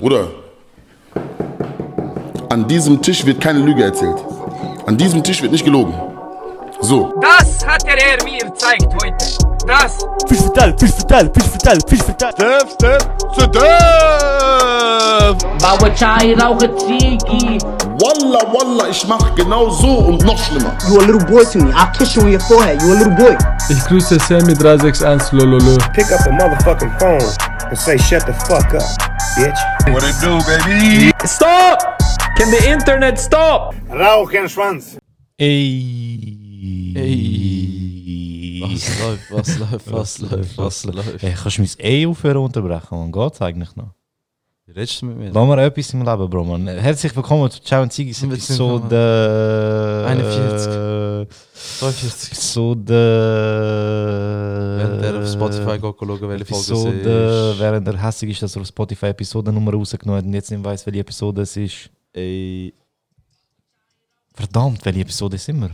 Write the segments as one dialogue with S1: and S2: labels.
S1: Bruder, an diesem Tisch wird keine Lüge erzählt. An diesem Tisch wird nicht gelogen. So.
S2: Das hat der Herr mir gezeigt heute. Das.
S3: Fisch verteilt, Fisch verteilt, Fisch verteilt, Fisch verteilt.
S4: Döf, Döf, zu Döf!
S5: Baue Chai, rauche Ziggy.
S1: Walla, walla, ich mach genau so und noch schlimmer.
S6: You a little boy to me. I'll kiss you on your forehead. You a little boy.
S7: Ich grüße Sammy361 Lololo.
S8: Pick up a motherfucking phone and say, shut the fuck up, bitch.
S4: What it do, baby?
S7: Stop! Can the internet stop?
S8: Rauchen Schwanz.
S9: Ey.
S3: Ey. Was läuft, was läuft, was läuft, was läuft?
S9: Ey, kannst du mein Ey aufhören unterbrechen? Wann geht's eigentlich noch?
S3: Redest du mit mir?
S9: Lass mal etwas im Leben, Bro, Mann. Herzlich willkommen zu Ciao und Zigis Episode...
S3: 41. 42.
S9: Episode...
S3: Während der auf Spotify geht schauen, welche Folge
S9: eh, Episode,
S3: es ist.
S9: während er hässlich ist, dass er auf Spotify Episodennummer rausgenommen hat und jetzt nicht weiß, welche Episode es ist.
S3: Ey,
S9: Verdammt, welche Episode sind wir?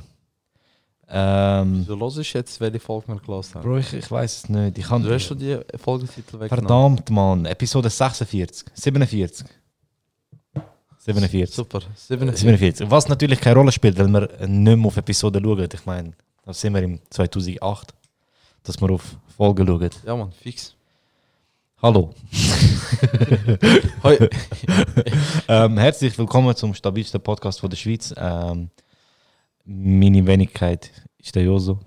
S9: Ähm,
S3: du hörst jetzt, welche Folge wir gelassen haben.
S9: Bro, ich, ich weiß es nicht. Ich
S3: Du hast
S9: kann,
S3: schon genau. die Folgetitel weggenommen.
S9: verdammt, Mann. Episode 46, 47. 47.
S3: nou. Super. 47.
S9: 47. Was natürlich keine Rolle spielt, weil wir nicht mehr auf Episoden schauen. Ich meine, da sind wir im 2008, dass wir auf Folgen schauen.
S3: Ja, Mann, fix.
S9: Hallo.
S3: Hoi.
S9: Ähm, herzlich willkommen zum stabilsten Podcast von der Schweiz. Ähm, meine Wenigkeit ist der Joso. Und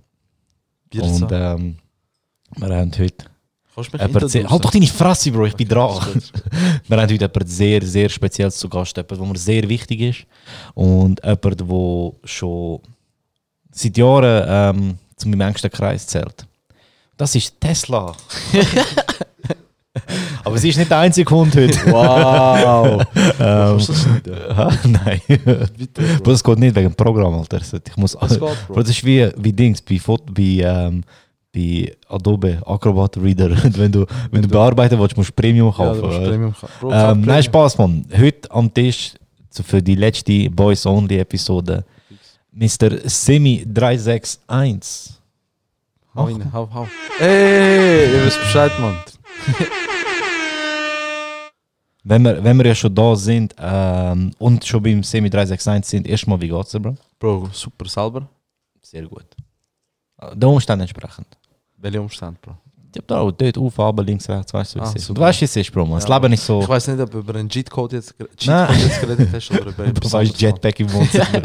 S3: Birza.
S9: ähm, wir haben heute.
S3: Kannst du mich
S9: jemand sehr-
S3: hinterdusen?
S9: Halt doch deine Fresse, Bro, ich bin dran.
S3: ist
S9: wir haben heute jemand sehr, sehr Spezielles zu Gast. Jemand, der mir sehr wichtig ist. Und jemand, der schon seit Jahren ähm, zu meinem engsten Kreis zählt. Das ist Tesla. Aber sie ist nicht der einzige Hund heute.
S3: Wow.
S9: Ah, Nein. Bro, das geht nicht wegen dem Programm, Alter. Das- Ich muss,
S3: Das geht, Bro.
S9: Bro, das ist wie, wie Dings bei, Foto, bei, ähm, bei Adobe Acrobat Reader. wenn du, wenn du bearbeiten willst, musst du Premium
S3: Ja,
S9: kaufen.
S3: du musst
S9: weißt?
S3: Premium kaufen. Bro, kauf
S9: ähm,
S3: Premium.
S9: nein, Spaß, Mann. Heute am Tisch zu- für die letzte Boys Only Episode Mr. Semi361.
S3: Hau rein, hau, hau. Ey, ihr wisst Bescheid, Mann.
S9: Wenn wir, wenn wir ja schon da sind ähm, und schon beim Semi361 sind, erstmal, wie geht's dir, Bro?
S3: Bro, super selber.
S9: Sehr gut. Äh, Der Umstand entsprechend.
S3: Welche Umstände, Bro?
S9: Ich hab da auch dort auf, aber links, rechts, weißt du, wie
S3: Ah,
S9: es ist.
S3: super.
S9: Du weißt, wie es ist, Bro, man. Das Leben ist so.
S3: Ich weiß nicht, ob du über einen Cheatcode jetzt, ger-
S9: Nein.
S3: Cheatcode jetzt geredet hast oder über
S9: Du
S3: etwas
S9: weißt,
S3: anderes,
S9: Jetpack im Wohnzimmer.
S3: Mann.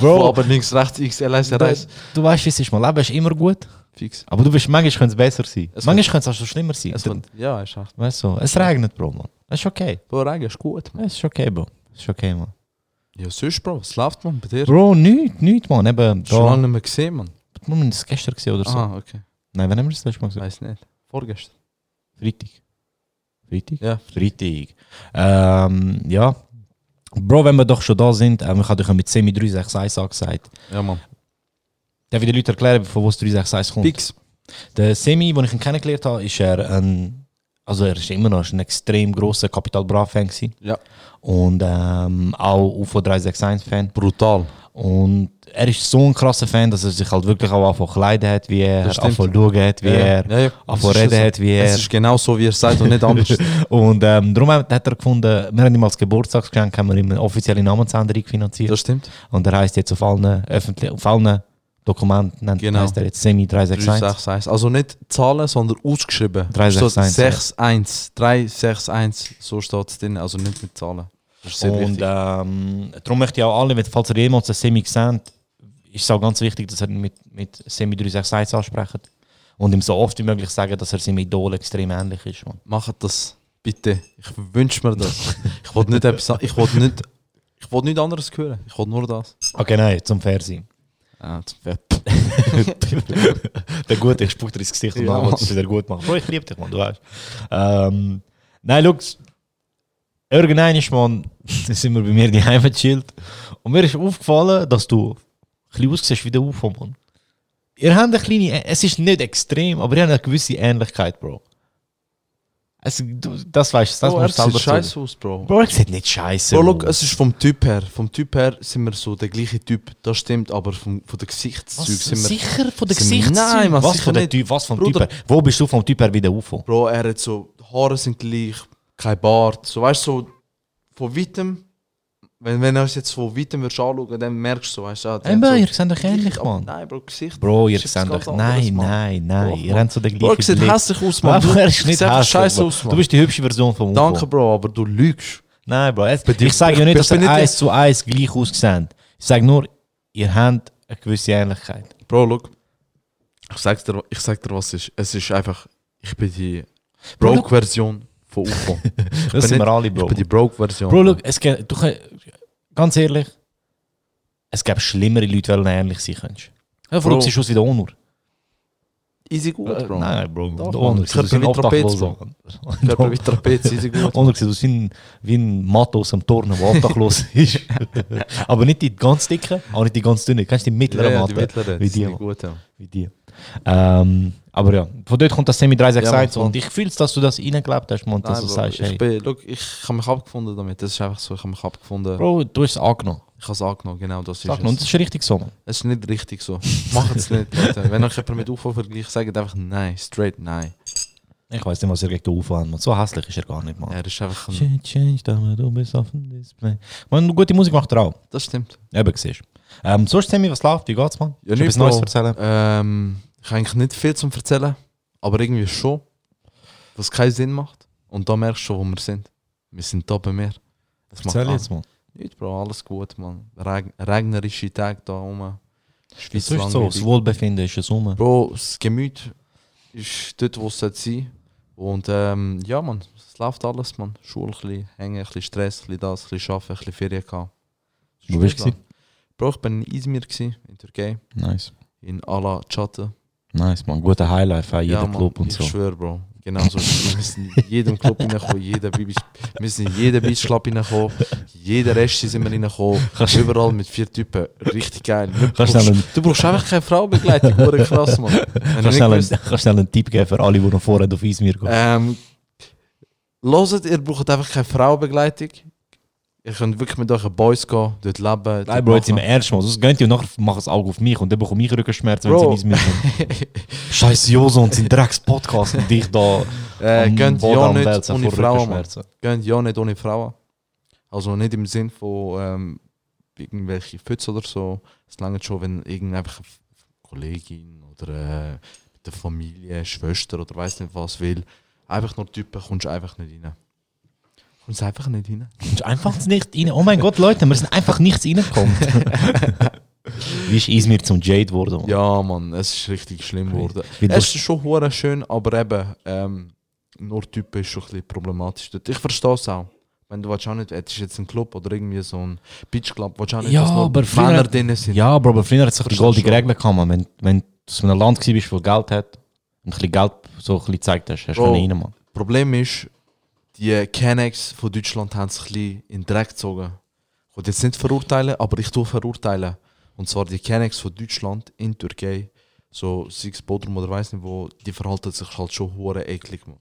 S3: Bro, aber links, rechts, XLS, RS.
S9: du weißt, wie es ist, man. Leben ist immer gut,
S3: Fix.
S9: aber du bist, manchmal könnte es besser sein.
S3: Es
S9: manchmal könnte es auch schon schlimmer sein.
S3: Es
S9: Du-
S3: kommt, ja, ist echt.
S9: Weißt du, es regnet, Bro, man. Es ist okay.
S3: Bro, eigentlich ist gut, Mann.
S9: Es ist okay, Bro. Es ist okay, man.
S3: Ja, sonst, Bro, was läuft, Mann, bei dir?
S9: Bro, nichts, nichts, man. Eben,
S3: Schon
S9: da.
S3: lange nicht mehr gesehen, Mann.
S9: Wir haben das gestern gesehen oder so.
S3: Ah, okay.
S9: Nein, wann haben wir das letzte Mal gesehen?
S3: Weiß nicht. Vorgestern.
S9: Freitag. Freitag?
S3: Ja.
S9: Freitag. Ähm, ja. Bro, wenn wir doch schon da sind, ähm, ich habe euch ja mit Semi361 angesagt.
S3: Ja, Mann.
S9: Darf ich den Leuten erklären, von wo es 361 kommt?
S3: Fix.
S9: Der Semi, den ich ihn kennengelernt habe, ist er ein, also er ist immer noch ist ein extrem großer Capital Bra Fan gewesen.
S3: Ja.
S9: und ähm, auch UFO 361 Fan.
S3: Brutal.
S9: Und er ist so ein krasser Fan, dass er sich halt wirklich auch anfangen zu kleiden hat, wie er,
S3: Das stimmt.
S9: anfangen zu schauen hat, wie er,
S3: ja, ja.
S9: anfangen
S3: Es
S9: zu
S3: ist
S9: reden
S3: so.
S9: hat, wie
S3: Es
S9: er.
S3: ist genau so, wie er sagt und nicht anders.
S9: Und ähm, darum hat hat er gefunden, wir haben ihm als Geburtstagsgeschenk haben wir ihm eine offizielle Namensänderung finanziert.
S3: Das stimmt.
S9: Und er heißt jetzt auf allen öffentlichen, auf allen Dokumenten nennt-
S3: Genau.
S9: heißt er jetzt Semi 361.
S3: 361. Also nicht Zahlen, sondern ausgeschrieben.
S9: 361,
S3: Steht 61. 361. So steht es drin. Also nicht mit Zahlen. Das ist sehr
S9: Und
S3: wichtig.
S9: ähm, darum möchte ich auch alle, wenn- falls ihr jemals einen Semi seht, ist es auch ganz wichtig, dass ihr ihn mit, mit Semi 361 ansprecht. Und ihm so oft wie möglich sagen, dass er seinem Idol extrem ähnlich ist. Mann.
S3: Macht das. Bitte. Ich wünsche mir das. ich wollte nicht etwas. an- Ich wollte nicht. Ich wollte nichts anderes hören. Ich wollte nur das.
S9: Okay, nein, zum Fair sein.
S3: Ah, zum Fett.
S9: der Gute, ich spuck dir ins Gesicht und
S3: Ja,
S9: dann willst du es wieder gut machen. Bro, ich liebe dich, Mann, du weißt. Ähm, nein, schau, irgendwann ist, Mann, sind wir bei mir die Heime gechillt. Und mir ist aufgefallen, dass du ein bisschen aussiehst wie der UFO, Mann. Ihr habt eine kleine, es ist nicht extrem, aber ihr habt eine gewisse Ähnlichkeit, Bro. Es, du, das weißt du, das
S3: Bro, er
S9: musst du
S3: sieht
S9: selber
S3: scheiße
S9: scheiße.
S3: aus, Bro.
S9: Bro, ich sehe nicht scheiße.
S3: Oh, Bro, look, es ist vom Typ her. Vom Typ her sind wir so der gleiche Typ. Das stimmt, aber vom, von der Gesichtszeug
S9: was,
S3: sind wir.
S9: sicher von der
S3: sind wir-
S9: Gesichtszüge?
S3: Nein, Mann,
S9: was
S3: sicher
S9: von der
S3: nicht.
S9: Typ, was vom
S3: Bruder.
S9: Typ her? Wo bist du vom Typ her wie der UFO?
S3: Bro, er hat so. die Haare sind gleich. kein Bart. So, weißt du, so von weitem, wenn, wenn du es jetzt von weitem würdest anschauen, dann merkst du, weißt du, ah, der
S9: Hey,
S3: hat
S9: Bro,
S3: so
S9: ihr seht doch ähnlich,
S3: aber
S9: Mann.
S3: Nein, Bro, Gesicht.
S9: Bro, ihr
S3: ist
S9: seht
S3: etwas
S9: doch.
S3: ganz anderes,
S9: Nein,
S3: Mann.
S9: nein, nein.
S3: Doch,
S9: Ihr
S3: Mann.
S9: habt so den
S3: Bro,
S9: gleichen
S3: ihr seht
S9: Blick.
S3: hässlich aus, Mann.
S9: Aber er ist
S3: siehst
S9: nicht
S3: einfach
S9: hässlich,
S3: scheiße
S9: Bro.
S3: aus,
S9: Du
S3: Mann.
S9: bist die hübsche Version von Ufo.
S3: Danke, Bro, aber du lügst.
S9: Nein, Bro. Es,
S3: dir-
S9: ich sage ja nicht,
S3: bei-
S9: dass
S3: bei
S9: ihr
S3: dir-
S9: eins zu eins gleich aussehen. Ich sage nur, ihr habt eine gewisse Ähnlichkeit.
S3: Bro, look. Ich sag's dir, ich sag dir was es ist. Es ist einfach, ich bin die Broke-Version von UFO.
S9: Das
S3: bin
S9: sind
S3: nicht-
S9: wir alle,
S3: ich
S9: Bro.
S3: bin die Broke-Version.
S9: Bro, look, es gibt, du, kann- ganz ehrlich, es gäbe schlimmere Leute, die ähnlich sein könntest. Ja, vor
S3: Bro.
S9: allem siehst du aus wie der Onur.
S3: easy gut, Bro.
S9: Nein, Bro, der
S3: Doch,
S9: Onur
S3: Mann.
S9: sieht aus wie
S3: Körper
S9: ein
S3: wie Trapez,
S9: Obdachloser.
S3: Körper wie Trapez, easy gut.
S9: Onur sieht aus wie ein- wie ein Matto aus dem Turnen, der obdachlos ist. aber nicht die ganz dicke, auch nicht die ganz dünne. Kennst du die mittlere
S3: Ja,
S9: ja,
S3: die mittleren.
S9: Wie
S3: das
S9: die,
S3: sind
S9: Mann.
S3: gut, ja.
S9: wie die. Ähm, aber ja, von dort kommt das Semi 361
S3: Ja, Mann,
S9: und ich fühle es, dass du das reingelebt hast, Mann, dass
S3: Nein,
S9: du
S3: Nou, Bro,
S9: sagst,
S3: ich,
S9: hey,
S3: bin, look, ich habe mich abgefunden damit. Das ist einfach so, ich habe mich abgefunden.
S9: Bro, du hast es angenommen.
S3: Ich habe es angenommen, genau das ist
S9: Angenommen. Und
S3: es.
S9: das ist richtig so, Mann.
S3: Es ist nicht richtig so. Macht es nicht, Leute. Wenn euch jemand mit UFO vergleicht, sagt einfach nein, straight nein.
S9: Ich weiß nicht, was er gegen den UFO hat, Mann. So hässlich ist er gar nicht, Mann.
S3: Er ist einfach ein,
S9: Change, change, Dame, du bist auf dem Display. Mann, gute Musik macht er auch.
S3: Das stimmt.
S9: Eben, siehst du. Ähm, sonst, Sammy, was läuft? Wie geht's, Mann?
S3: Ja,
S9: Hast du etwas
S3: nicht,
S9: Neues
S3: Bro.
S9: erzählen?
S3: Ähm, ich habe eigentlich nicht viel zum erzählen, aber irgendwie schon, was keinen Sinn macht. Und da merkst du schon, wo wir sind. Wir sind da bei mir. Das
S9: Erzähl
S3: auch
S9: jetzt, Mann.
S3: Nicht, Bro, alles gut, Mann. Reg regnerische Tage da rum.
S9: Das ist
S3: Schweiz
S9: so, das
S3: langweilig.
S9: Wohlbefinden ist es um.
S3: Bro, das Gemüt ist dort, wo es sein sollte. Und ähm, ja, man, es läuft alles, man. Schule, ein bisschen hängen, ein bisschen Stress, ein bisschen das, ein bisschen arbeiten, ein bisschen Ferien gehabt. Das ist
S9: Wo bist
S3: gut
S9: du
S3: gelaufen. Bro, ich bin in Izmir, gewesen, in Türkei,
S9: Nice.
S3: in Ala Chatte.
S9: Nice, Mann. Guter Highlight für jeden
S3: Mann,
S9: Ah, Club und
S3: ich
S9: so.
S3: schwöre, Bro. Genau so. ist es. Wir müssen in jedem Club reinkommen, jeder Bibi, wir müssen in jeden Beachclub reinkommen, jeder Rest sind wir reingekommen, überall mit vier Typen. Richtig geil. Du
S9: Kannst
S3: brauchst,
S9: du schnell
S3: du brauchst einfach keine Frauenbegleitung, hure krass, Mann. Wenn ich
S9: Kannst
S3: nicht
S9: schnell, einen,
S3: gewusst-
S9: kannst schnell einen Tipp geben für alle, die noch vorher auf Izmir gehen?
S3: Ähm, loset, ihr braucht einfach keine Frauenbegleitung. Ihr könnt wirklich mit euren Boys gehen, dort leben. dort
S9: Nein, Bro, jetzt im
S3: machen.
S9: Ernst, Mann. Sonst gehen die und nachher machen das Auge auf mich und dann bekomme ich Rückenschmerzen, wenn
S3: Bro.
S9: sie in Izmir sind. Scheiße, Joso und sein Drecks-Podcast und dich da
S3: äh,
S9: am
S3: Geht
S9: Boden
S3: ja
S9: am
S3: nicht
S9: Wälzen
S3: ohne
S9: vor
S3: Frauen, Mann.
S9: Rückenschmerzen.
S3: Geht ja nicht ohne Frauen. Also nicht im Sinn von ähm, irgendwelche Fütze oder so. Es langt schon, wenn irgendwelche Kollegin oder äh, mit der Familie, Schwester oder weiß nicht was will. Einfach nur Typen, kommst du einfach nicht rein. Kommst einfach nicht rein.
S9: Kommst einfach nicht rein. Oh mein Gott, Leute, wir sind einfach nichts reingekommen. Wie ist Izmir zum Jade geworden? Mann?
S3: Ja, Mann, es ist richtig schlimm geworden.
S9: Wie
S3: Es ist schon hure schön, aber eben, ähm, nur Typen ist schon ein bisschen problematisch dort. Ich verstehe es auch. Wenn du willst auch nicht, es ist jetzt ein Club oder irgendwie so ein Beachclub, willst du auch nicht,
S9: Ja,
S3: dass nur
S9: aber früher-
S3: Männer drin sind.
S9: Ja, Bro, aber früher hat es sich die goldene
S3: Verstehe schon.
S9: Regel gehabt, Mann. wenn, wenn du aus einem Land warst, das Geld hat und ein bisschen Geld so ein bisschen gezeigt hast, hast du
S3: Bro.
S9: rein, Mann.
S3: Problem ist, die Kennex von Deutschland haben sich ein bisschen in den Dreck gezogen. Ich will jetzt nicht verurteilen, aber ich tue verurteilen. Und zwar die Kennex von Deutschland in Türkei, so Six Bodrum oder weiß nicht wo, die verhalten sich halt schon hure eklig. Mann.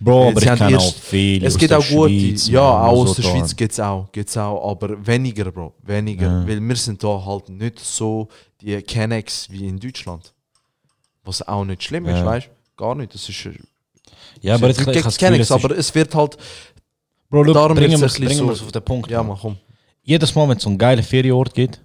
S9: Bro, Oh,
S3: Jetzt
S9: aber ich
S3: haben
S9: kenne
S3: erst-
S9: auch viele
S3: Es
S9: aus
S3: gibt
S9: der
S3: auch gute,
S9: Schweiz,
S3: ja,
S9: Mann,
S3: auch
S9: die
S3: aus
S9: so
S3: der
S9: da-
S3: Schweiz gibt es auch, gibt's auch, aber weniger, Bro, weniger.
S9: Ja.
S3: Weil wir sind da halt nicht so die Kennex wie in Deutschland. Was auch nicht schlimm ist,
S9: Ja.
S3: weißt du? Gar nicht. Das ist,
S9: Ja, aber jetzt, ich, ich, ich
S3: Kennex, aber es wird halt,
S9: Bro, look,
S3: darum
S9: bringen
S3: wird's
S9: wir
S3: ein bisschen
S9: bringen
S3: so-
S9: wir es auf den Punkt.
S3: ja,
S9: Mann.
S3: man, komm.
S9: jedes Mal, wenn es so einen geilen Ferienort gibt,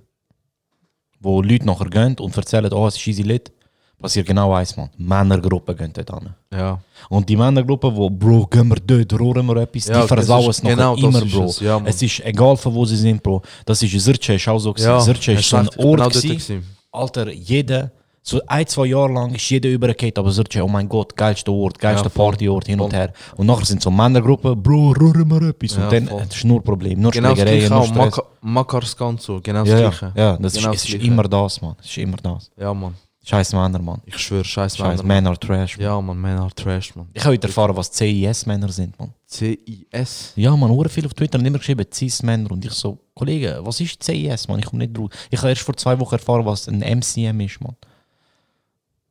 S9: wo Leute nachher gehen und erzählen, oh, es ist easy lit, passiert genau eins, Mann. Männergruppen gehen dort an.
S3: Ja.
S9: Und die Männergruppe, wo, Bro, gehen wir dort, rohren wir etwas,
S3: Ja,
S9: die
S3: das
S9: versauen
S3: ist-
S9: es nachher
S3: genau das
S9: immer,
S3: ist
S9: Bro.
S3: es, ja, Mann.
S9: es ist egal, von wo sie sind, Bro. Das ist in Sirce, ist auch so gewesen. Sirce ist so ein
S3: hast recht, ich bin auch
S9: Ort
S3: genau dort
S9: gewesen.
S3: gewesen.
S9: Alter, jeder, so ein, zwei Jahre lang ist jeder übergeht, aber Sirce, oh mein Gott, geilster Ort, geilster
S3: Ja, voll.
S9: Partyort, hin und
S3: Voll.
S9: her. Und nachher sind so Männergruppen, Bro, rohren wir etwas.
S3: Ja,
S9: und dann,
S3: voll.
S9: es ist nur Problem, nur
S3: Genau das
S9: Schlägereien,
S3: gleiche
S9: nur
S3: auch,
S9: Stress.
S3: Maka- Makarskan so, genau
S9: Ja,
S3: das
S9: ja,
S3: gleiche.
S9: ja das
S3: Genau
S9: ist, es ist
S3: Gleiche.
S9: immer das, Mann. Es ist immer das.
S3: Ja, man,
S9: Scheiß Männer, Mann.
S3: ich schwöre, scheiß
S9: Scheiß
S3: Männer.
S9: Männer are Trash. Mann.
S3: Ja, man, Männer Trash, man.
S9: Ich habe heute erfahren, was CIS-Männer sind, Mann.
S3: CIS.
S9: Ja, man, hure viel auf Twitter haben immer geschrieben, CIS-Männer. Und ich so, Kollege, was ist CIS, Mann? Ich komme nicht drauf. Ich habe erst vor zwei Wochen erfahren, was ein MCM ist, Mann.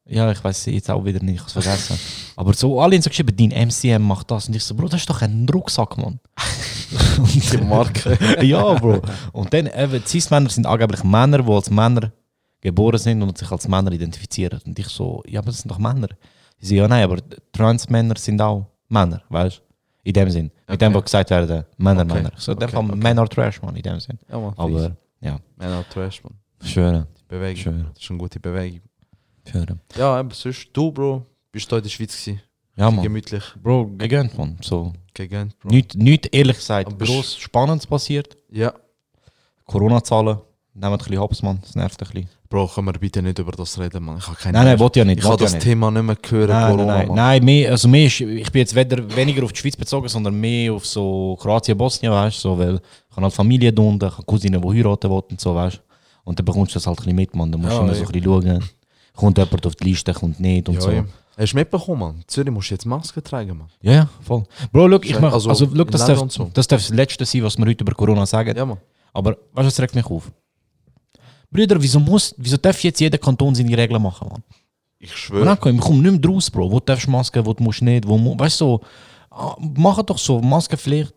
S9: Ja, ich weiß jetzt auch wieder nicht, ich habe es vergessen. Aber so, alle haben so geschrieben, dein MCM macht das. Und ich so, Bro, das ist doch ein Rucksack, Mann.
S3: Die Marke.
S9: ja, Bro. Und dann eben, Cis-Männer sind angeblich Männer, die als Männer geboren sind und sich als Männer identifizieren. Und ich so, ja, aber das sind doch Männer. Sie so, ja, nein, aber Trans-Männer sind auch Männer, weißt du? In dem Sinn.
S3: Okay.
S9: Mit dem, was gesagt werden. Männer,
S3: Okay.
S9: Männer. So, in dem
S3: Okay,
S9: Fall
S3: okay.
S9: Männer Trash, man, in dem Sinn.
S3: Ja, man.
S9: Aber, ja.
S3: Männer Trash, man.
S9: Schwöre.
S3: Die Bewegung.
S9: Schön.
S3: Das ist eine gute Bewegung.
S9: Schwöre.
S3: Ja, aber sonst, du, Bro, bist du in der Schweiz gewesen.
S9: Ja, man.
S3: Gemütlich.
S9: Bro, gegönnt, man. So.
S3: Gegönnt, Bro.
S9: Nicht, nicht ehrlich gesagt,
S3: Aber
S9: groß Spannendes passiert.
S3: Ja.
S9: Corona-Zahlen. Nehmt ein bisschen Hops, man. Das nervt ein bisschen.
S3: Bro, können wir bitte nicht über das reden, man. Ich habe keine
S9: Nein, nein, wollte ja nicht.
S3: Ich kann
S9: wollt ja
S3: das
S9: nicht.
S3: Thema nicht mehr hören,
S9: Nein,
S3: Corona,
S9: nein, nein,
S3: Mann.
S9: nein mehr, also mehr ist, ich bin jetzt weder, weniger auf die Schweiz bezogen, sondern mehr auf so Kroatien, Bosnien, weißt du, so, weil ich habe halt Familie da unten, ich habe Cousinen, die heiraten wollten und so, weißt du. Und dann bekommst du das halt ein bisschen mit, man, dann musst
S3: Ja,
S9: du immer so
S3: ja.
S9: ein bisschen schauen, kommt jemand auf die Liste, kommt nicht und
S3: Ja,
S9: so.
S3: ja. Hast du mitbekommen, Mann? In Zürich musst du jetzt Maske tragen, Mann.
S9: Ja, ja, voll. Bro, look, ich
S3: Schön,
S9: mach,
S3: also
S9: also, look,
S3: in
S9: das
S3: Ländern
S9: darf,
S3: und so.
S9: das darf das Letzte sein, was wir heute über Corona sagen.
S3: Ja, Mann.
S9: Aber, weißt du, es regt mich auf. Brüder, wieso muss, wieso darf jetzt jeder Kanton seine Regeln machen, man?
S3: Ich
S9: Und
S3: schwöre.
S9: dann komm, ich komm nicht mehr raus, Bro. Wo darfst du Maske, wo du musst nicht, wo mu- Weißt du, so, ah, mach doch so, Maskenpflicht.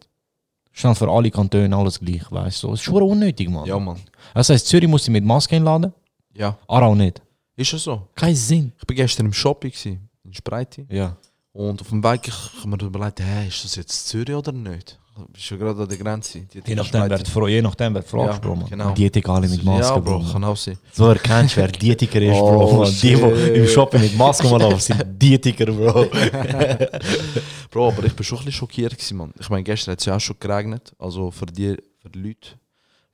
S9: Schnell für alle Kantone, alles gleich, weißt du. So. Es ist schon unnötig, Mann.
S3: Ja, Mann.
S9: Das heisst, Zürich muss sie mit Maske einladen,
S3: Ja.
S9: Aarau nicht.
S3: Ist ja so.
S9: Kein Sinn.
S3: Ich war gestern im Shopping, gewesen, in Spreite.
S9: Ja.
S3: Und auf dem Weg ich habe mir überlegt, hey, ist das jetzt Zürich oder nicht? Ich bin schon gerade an der Grenze. Die
S9: Je nachdem, wer
S3: Spreite.
S9: du fra- je nachdem, wer du fragst,
S3: Ja,
S9: Bro, Mann.
S3: genau.
S9: Diätik alle mit Maske,
S3: Ja,
S9: Bro.
S3: Bro,
S9: Mann.
S3: kann auch sein.
S9: So erkennst du, wer Diätiker ist, Bro.
S3: Oh,
S9: Mann. Die, die im
S3: shit.
S9: Shopping mit Maske rumlaufen, sind Diätiker, Bro.
S3: Bro, aber ich bin schon ein bisschen schockiert gewesen, Mann. Ich meine, gestern hat es ja auch schon geregnet. Also für die, für die Leute,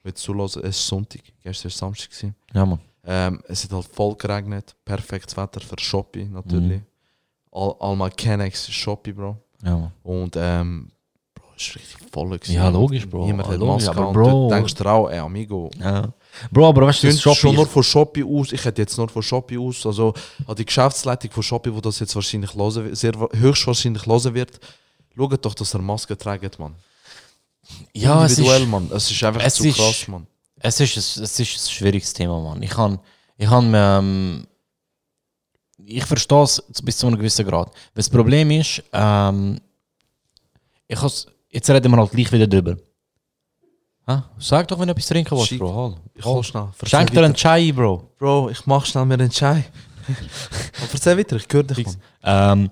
S3: die jetzt zuhören, es ist Sonntag. Gestern war Samstag. Gewesen.
S9: Ja, Mann.
S3: Ähm, es hat halt voll geregnet. Perfektes Wetter für Shopping, natürlich.
S9: Mhm.
S3: All, all my Kennex Shopping, Bro.
S9: Ja, Mann.
S3: Und ähm, Bro, es war richtig voll. Gewesen.
S9: Ja, logisch, Bro.
S3: Niemand hat
S9: Logisch,
S3: Maske
S9: aber
S3: an.
S9: Bro.
S3: Du denkst dir auch, ey, eh, Amigo.
S9: Ja. Bro, aber weißt du, das
S3: Ich könnte schon
S9: Shopping.
S3: nur von Shopee aus, ich hätte jetzt nur von Shopee aus, also an die Geschäftsleitung von Shopee, die das jetzt wahrscheinlich hören, wi- sehr, wa- höchstwahrscheinlich hören wird, schaut doch, dass er Maske trägt, Mann.
S9: Ja, es
S3: Individuell,
S9: ist.
S3: Mann. Es ist einfach
S9: es
S3: zu
S9: ist-
S3: krass, Mann.
S9: Es ist, ein, es ist ein schwieriges Thema, Mann. Ich kann, ich kann, ähm, ich verstehe es zu- bis zu einem gewissen Grad. Weil das Problem ist, ähm, ich has, jetzt reden wir halt gleich wieder drüber. Hä? Sag doch, wenn du etwas trinken willst,
S3: Schick.
S9: Bro. Hol.
S3: Ich
S9: Hol.
S3: hol schnell. Erzähl
S9: Oh. Schenk dir einen
S3: weiter.
S9: Chai, Bro.
S3: Bro, ich mach schnell mir einen Chai. Aber erzähl weiter, ich höre dich, Mann.
S9: Ähm,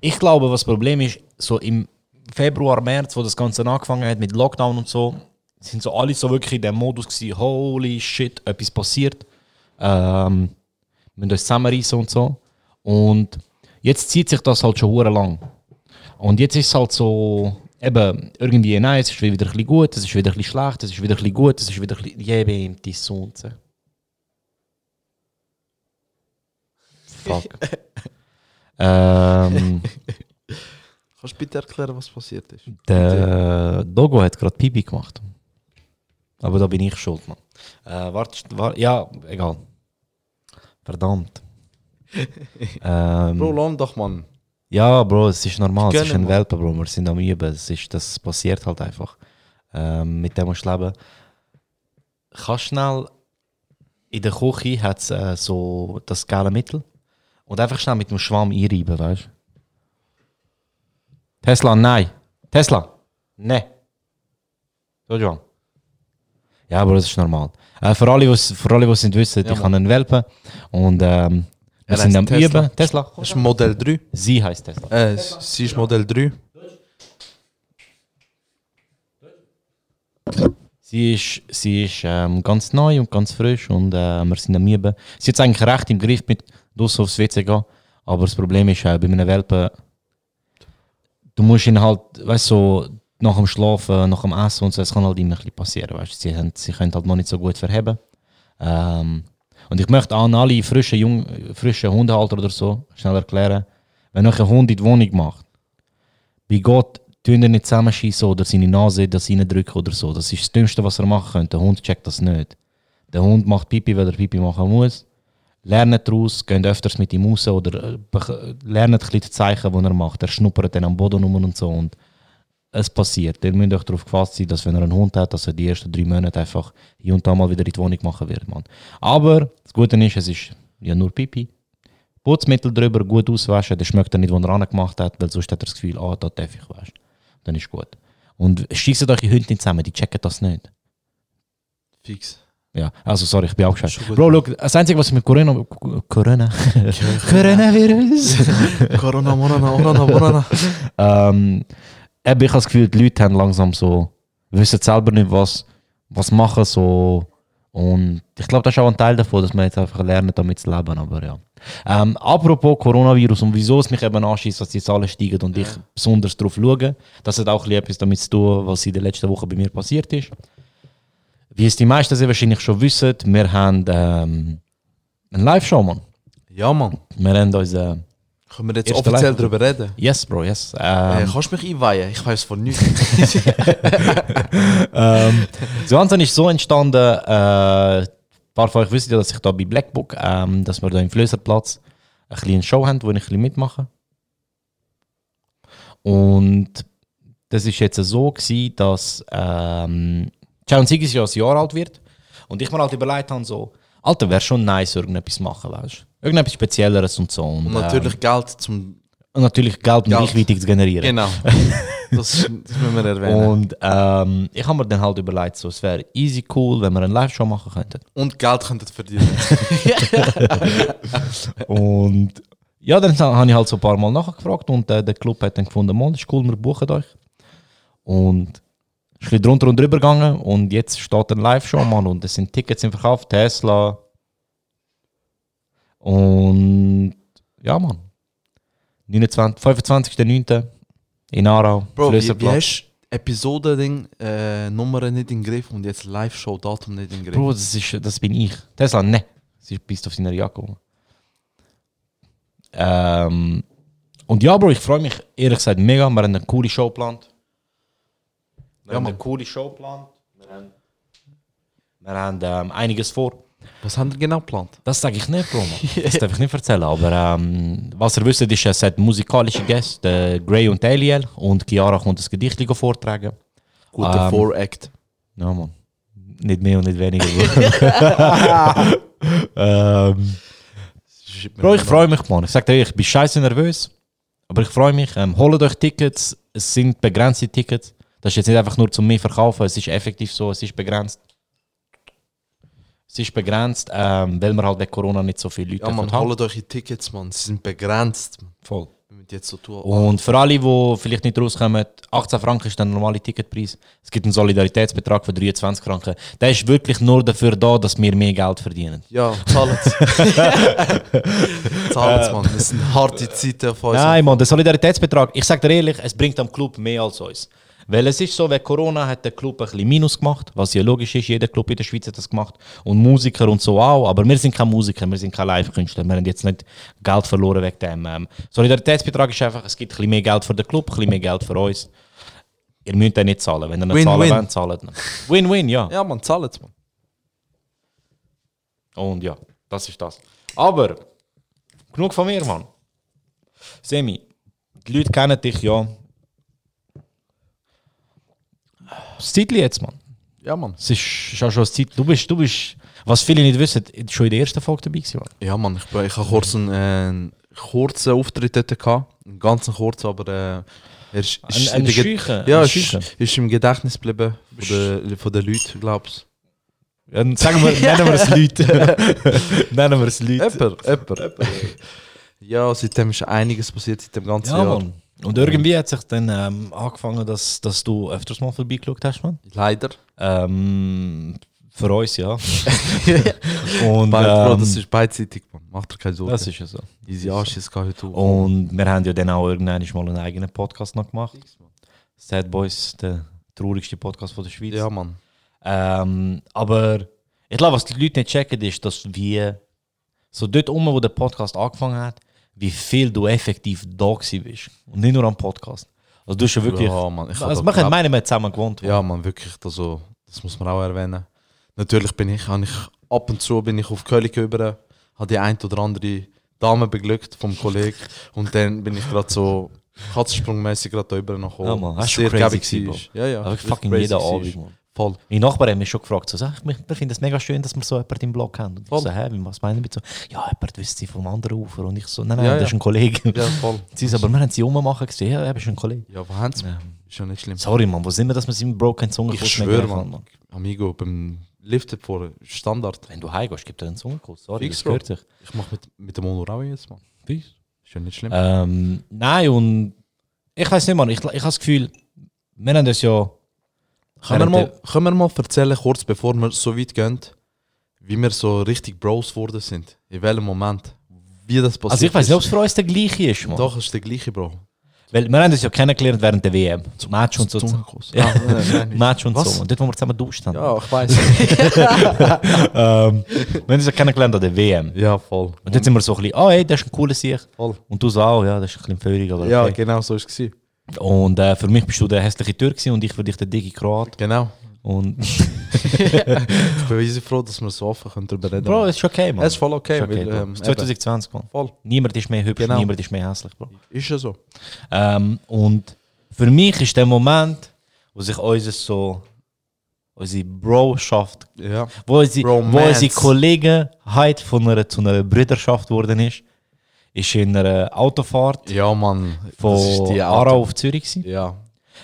S9: ich glaube, was das Problem ist, so im Februar, März, wo das Ganze angefangen hat mit Lockdown und so, sind so alle so wirklich in dem Modus gewesen, holy shit, etwas passiert. Ähm, wir müssen uns zusammenreißen und so. Und jetzt zieht sich das halt schon hure lang. Und jetzt ist es halt so, eben, irgendwie, nein, es ist wieder ein bisschen gut, es ist wieder ein bisschen schlecht, es ist wieder ein bisschen gut, es ist wieder ein bisschen, jebe im die Sonne. Fuck. ähm,
S3: Kannst du bitte erklären, was passiert ist?
S9: Ähm. Der Dogo hat gerade Pipi gemacht. Aber da bin ich schuld, Mann. Äh, warte, st- wa- ja, egal. Verdammt. ähm,
S3: Bro, lahm doch, Mann.
S9: ja, Bro, es ist normal. Es
S3: Gönnen,
S9: ist ein
S3: Mann.
S9: Welpe, Bro. Wir sind am Üben. Es ist, das passiert halt einfach. Ähm, mit dem musst du leben. Kannst schnell in der Küche hat es äh, so das geile Mittel. Und einfach schnell mit dem Schwamm einreiben, weißt du? Tesla, nein. Tesla, nein. So, Joan. Ja, aber das ist normal. Äh, für alle, was- für alle, die es nicht wissen,
S3: Ja,
S9: ich
S3: Mann.
S9: habe einen Welpen. Und ähm, wir
S3: Er
S9: sind
S3: heisst
S9: am
S3: Tesla.
S9: Üben. Tesla, komm
S3: Das ist
S9: schnell.
S3: Modell 3.
S9: sie heißt Tesla.
S3: Äh, sie ist Modell 3.
S9: Sie ist, sie ist ähm, ganz neu und ganz frisch und äh, wir sind am Üben. Sie hat es eigentlich recht im Griff mit draussen aufs WC gehen, aber das Problem ist, äh, bei einem Welpen, du musst ihn halt, weißt du, so, nach dem Schlafen, nach dem Essen und so, es kann halt immer ein bisschen passieren, weißt du, sie, haben, sie können halt noch nicht so gut verheben. Ähm, und ich möchte an alle frischen, Jung, frischen Hundehalter oder so schnell erklären, wenn euch ein Hund in die Wohnung macht, bei Gott, tun er nicht zusammenschießen oder seine Nase das reindrücken oder so. Das ist das Dümmste, was er machen könnte. Der Hund checkt das nicht. Der Hund macht Pipi, weil er Pipi machen muss. Lernt daraus, geht öfters mit ihm raus oder äh, bech- lernt ein bisschen die Zeichen, die er macht. Er schnuppert dann am Boden rum und so. Und es passiert. Ihr müsst euch darauf gefasst sein, dass wenn ihr einen Hund habt, dass er die ersten drei Monate einfach hier und da mal wieder in die Wohnung machen wird. Mann. Aber das Gute ist, es ist ja nur Pipi. Putzmittel drüber gut auswaschen, dann schmeckt er nicht, was er angemacht hat, weil sonst hat er das Gefühl, ah, da darf ich waschen. Dann ist gut. Und schießt euch die Hunde nicht zusammen, die checken das nicht.
S3: Fix.
S9: Ja, also sorry, ich bin
S3: Schon
S9: abgeschaltet.
S3: gut.
S9: Bro, look, das Einzige, was ich mit Corona... Corona... Coronavirus...
S3: Corona, Morana, Orana, Morana.
S9: ähm, eben, ich habe das Gefühl, die Leute haben langsam so, wissen selber nicht, was, was machen so. Und ich glaube, das ist auch ein Teil davon, dass man jetzt einfach lernen, damit zu leben. Aber ja. Ähm, apropos Coronavirus und wieso es mich eben anschießt, dass die Zahlen steigen und ich besonders darauf schaue, das hat auch ein bisschen etwas damit zu tun, was in der letzten Woche bei mir passiert ist. Wie es die meisten sehr wahrscheinlich schon wissen, wir haben ähm, einen Live-Show, Mann.
S3: Ja, Mann.
S9: Wir haben unseren.
S3: Können wir jetzt
S9: Eerste
S3: offiziell
S9: live.
S3: darüber reden?
S9: Yes, Bro, yes.
S3: Äh,
S9: Ähm,
S3: kannst du mich einweihen? Ich weiß von nichts.
S9: Das Ganze ist so entstanden, äh, ein paar von euch wissen ja, dass ich da bei Blackbook, ähm, dass wir da im Flößerplatz eine kleine Show haben, wo ich ein bisschen mitmache. Und das ist jetzt so gewesen, dass ähm, Challenge Sigis ja ein Jahr alt wird und ich mir halt überlegt habe, so, Alter, wäre schon nice, irgendetwas machen, weißt du? Irgendetwas Spezielleres und so. Und,
S3: Und
S9: ähm,
S3: natürlich Geld zum.
S9: und natürlich Geld und
S3: Geld.
S9: Reichweite zu generieren.
S3: Genau. Das, das müssen wir erwähnen. Und,
S9: Und ähm, ich habe mir dann halt überlegt, so, es wäre easy cool, wenn wir eine Live-Show machen könnten.
S3: Geld könntet verdienen.
S9: Und ja, dann sa- habe ich halt so ein paar Mal nachgefragt und äh, der Club hat dann gefunden, Mann, ist cool, wir buchen euch. Und ist ein bisschen drunter und drüber gegangen und jetzt steht eine Live-Show, Mann, und es sind Tickets im Verkauf, Tesla. Und ja, Mann. 29, 25.09. in Aarau,
S3: Bro, wie, wie
S9: Flösserplatz.
S3: hast du Episoden-Ding, äh, Nummern nicht in den Griff und jetzt Live-Show-Datum nicht in den Griff?
S9: Bro, das, ist, das bin ich. Tesla, ne. Sie bist auf seiner Jacke. gegangen. Ähm, und ja, Bro, ich freue mich ehrlich gesagt mega. Wir haben eine coole Show geplant. Wir haben eine coole Show geplant. Wir haben, wir haben ähm, einiges vor.
S3: Was haben wir genau geplant?
S9: Das sage ich nicht, Bro. Mann. Das darf ich nicht erzählen. Aber ähm, was ihr wisst, ist, es hat musikalische Gäste, äh, Gray und Eliel. Und Chiara kommt das Gedicht vortragen.
S3: Guter
S9: Ähm,
S3: Four-Act.
S9: Ja, Mann. Nicht mehr und nicht weniger. ähm, Bro, ich freue mich, Mann. Ich sag dir ehrlich, ich bin scheiße nervös. Aber ich freue mich. Ähm, holt euch Tickets. Es sind begrenzte Tickets. Das ist jetzt nicht einfach nur zum mir verkaufen. Es ist effektiv so. Es ist begrenzt. Es ist begrenzt, ähm, weil wir halt wegen Corona nicht so viele Leute
S3: Ja, man,
S9: dürfen haben.
S3: holt euch die Tickets, man. Sie sind begrenzt. Man.
S9: Voll.
S3: Wir müssen jetzt so tun.
S9: Und für alle, die vielleicht nicht rauskommen, 18 Franken ist der normale Ticketpreis. Es gibt einen Solidaritätsbetrag von 23 Franken. Der ist wirklich nur dafür da, dass wir mehr Geld verdienen.
S3: Ja, zahlt. zahlt, man. Das sind harte Zeiten auf uns.
S9: Nein, Mann, der Solidaritätsbetrag, ich sag dir ehrlich, es bringt am Club mehr als uns. Weil es ist so, wegen Corona hat der Club ein bisschen Minus gemacht, was ja logisch ist, jeder Club in der Schweiz hat das gemacht. Und Musiker und so auch, aber wir sind keine Musiker, wir sind keine Live-Künstler, wir haben jetzt nicht Geld verloren wegen dem. Ähm, Solidaritätsbetrag ist einfach, es gibt ein bisschen mehr Geld für den Club, ein bisschen mehr Geld für uns. Ihr müsst den nicht zahlen, wenn ihr nicht
S3: Win-win.
S9: zahlen wollt, zahlt ihn. Win-win, ja.
S3: Ja, man, zahlt, man.
S9: Und ja, das ist das. Aber, genug von mir, Mann. Semi, die Leute kennen dich ja. Das Zeitli jetzt, Mann.
S3: Ja, man.
S9: Es ist, ist auch schon das Zeit. Du bist, du bist, was viele nicht wissen, schon in der ersten Folge dabei gewesen, Mann.
S3: Ja, man, ich, bin- ich habe kurz einen, äh, einen kurzen Auftritt dort gehabt. Einen ganz kurzen, aber äh, er ist, ist
S9: Ein- ein
S3: in der Ge-
S9: Scheuchen,
S3: Ja,
S9: ein
S3: ist,
S9: Scheuchen.
S3: ist im Gedächtnis geblieben von den, von den Leuten, glaubst
S9: Ja, dann sagen wir, nennen wir es Leute. nennen wir es
S3: du?
S9: Leute.
S3: Öpper, öpper. Ja, seitdem ist einiges passiert, seit dem ganzen
S9: Ja,
S3: Jahr.
S9: Mann. Und irgendwie hat sich dann ähm, angefangen, dass, dass du öfters mal vorbeigeschaut hast, Mann.
S3: Leider.
S9: Ähm, für uns, ja. Und,
S3: Weil, Bro,
S9: ähm,
S3: das ist beidseitig, man. Macht dir keine Sorgen.
S9: das ist ja so.
S3: Easy Arsch, es geht heute auf.
S9: Und wir haben ja dann auch irgendwann mal einen eigenen Podcast noch gemacht. Sad Boys, der traurigste Podcast von der Schweiz.
S3: Ja, man.
S9: Ähm, aber ich glaube, was die Leute nicht checken, ist, dass wir so dort um, wo der Podcast angefangen hat, wie viel du effektiv da gewesen bist. Und nicht nur am Podcast. Also du hast ja wirklich...
S3: Ja, Mann, ich hab
S9: also
S3: da
S9: wir können
S3: geglaubt.
S9: meinen, wir haben zusammen gewohnt.
S3: Ja, man, wirklich, also, das muss man auch erwähnen. Natürlich bin ich, habe ich ab und zu bin ich auf Köln über, habe die ein oder andere Dame beglückt vom Kollegen und dann bin ich gerade so katzensprungmäßig gerade da über noch
S9: Ja, Mann, das ist schon crazy gewesen, Bro.
S3: Ja, ja.
S9: Aber
S3: wirklich
S9: Also, fucking
S3: crazy
S9: jeden
S3: gewesen.
S9: Abend, Mann.
S3: Voll.
S9: Meine Nachbarn haben mich schon gefragt, so, sag, ich finde es mega schön, dass wir so jemanden im Blog haben. Und ich
S3: Voll.
S9: so, hä, wie- was meinen wir so? Ja, jemand wüsste sie vom anderen Ufer. Und ich so, nein, nein,
S3: Ja,
S9: das
S3: ja.
S9: ist ein Kollege.
S3: Ja, voll.
S9: Sie so, aber wir haben sie rummachen gesehen, ja, er ist ein Kollege.
S3: Ja, aber haben sie? Ist ja nicht schlimm.
S9: Sorry, Mann, wo sind wir, dass wir sie im Broken Zungenkuss
S3: ich
S9: nicht
S3: schwöre,
S9: gleich haben,
S3: man. Amigo, beim Lift vorne, Standard.
S9: Wenn du heimgehst, gibt er einen Zungenkuss. Sorry,
S3: Fix,
S9: das gehört sich.
S3: Ich mache mit, mit dem Honor auch jetzt, man. Ist ja nicht schlimm.
S9: Ähm, nein, und ich weiß nicht, Mann, ich, ich habe das Gefühl, wir haben das ja.
S3: Können wir, mal, können wir mal erzählen, kurz bevor wir so weit gehen, wie wir so richtig Bros geworden sind? In welchem Moment? Wie das passiert
S9: Also ich weiß
S3: ist.
S9: nicht, ob es für uns der gleiche ist, man.
S3: Doch, es ist der gleiche, Bro.
S9: Weil wir haben das ja kennengelernt während der WM. Zum Match und so. Zum
S3: Ja, nein, nein.
S9: Match und
S3: Was?
S9: so. Und dort, wo wir zusammen duscht haben.
S3: Ja, ich weiß.
S9: Ähm, wir haben uns ja kennengelernt an der WM.
S3: ja, voll.
S9: Und jetzt sind wir so ein bisschen, ah, hey, das ist ein cooler Sieg.
S3: Voll.
S9: Und du so auch, ja, das ist ein bisschen feurig, aber
S3: Ja, nou
S9: okay.
S3: genau so war es.
S9: Und äh, für mich bist du der hässliche Türk gewesen und ich für dich der dicke Kroat.
S3: Genau.
S9: Und,
S3: Ich bin riesig froh, dass wir so offen können darüber reden
S9: Bro, es ist okay, man.
S3: Es ist voll okay.
S9: okay,
S3: weil,
S9: Bro.
S3: ähm,
S9: Es ist
S3: eben,
S9: 2020, man.
S3: voll.
S9: Niemand ist mehr hübsch,
S3: Genau.
S9: niemand ist mehr hässlich, Bro.
S3: Ist ja so.
S9: Ähm, und für mich ist der Moment, wo sich unser so, unsere Bro-Schaft
S3: Ja.
S9: wo sie, wo
S3: Bromance.
S9: sie Kollegenheit von einer zu einer Brüderschaft geworden ist, ist in einer Autofahrt
S3: Ja, Mann. das ist
S9: von
S3: die Auto-
S9: Aarau auf Zürich. Gewesen.
S3: Ja.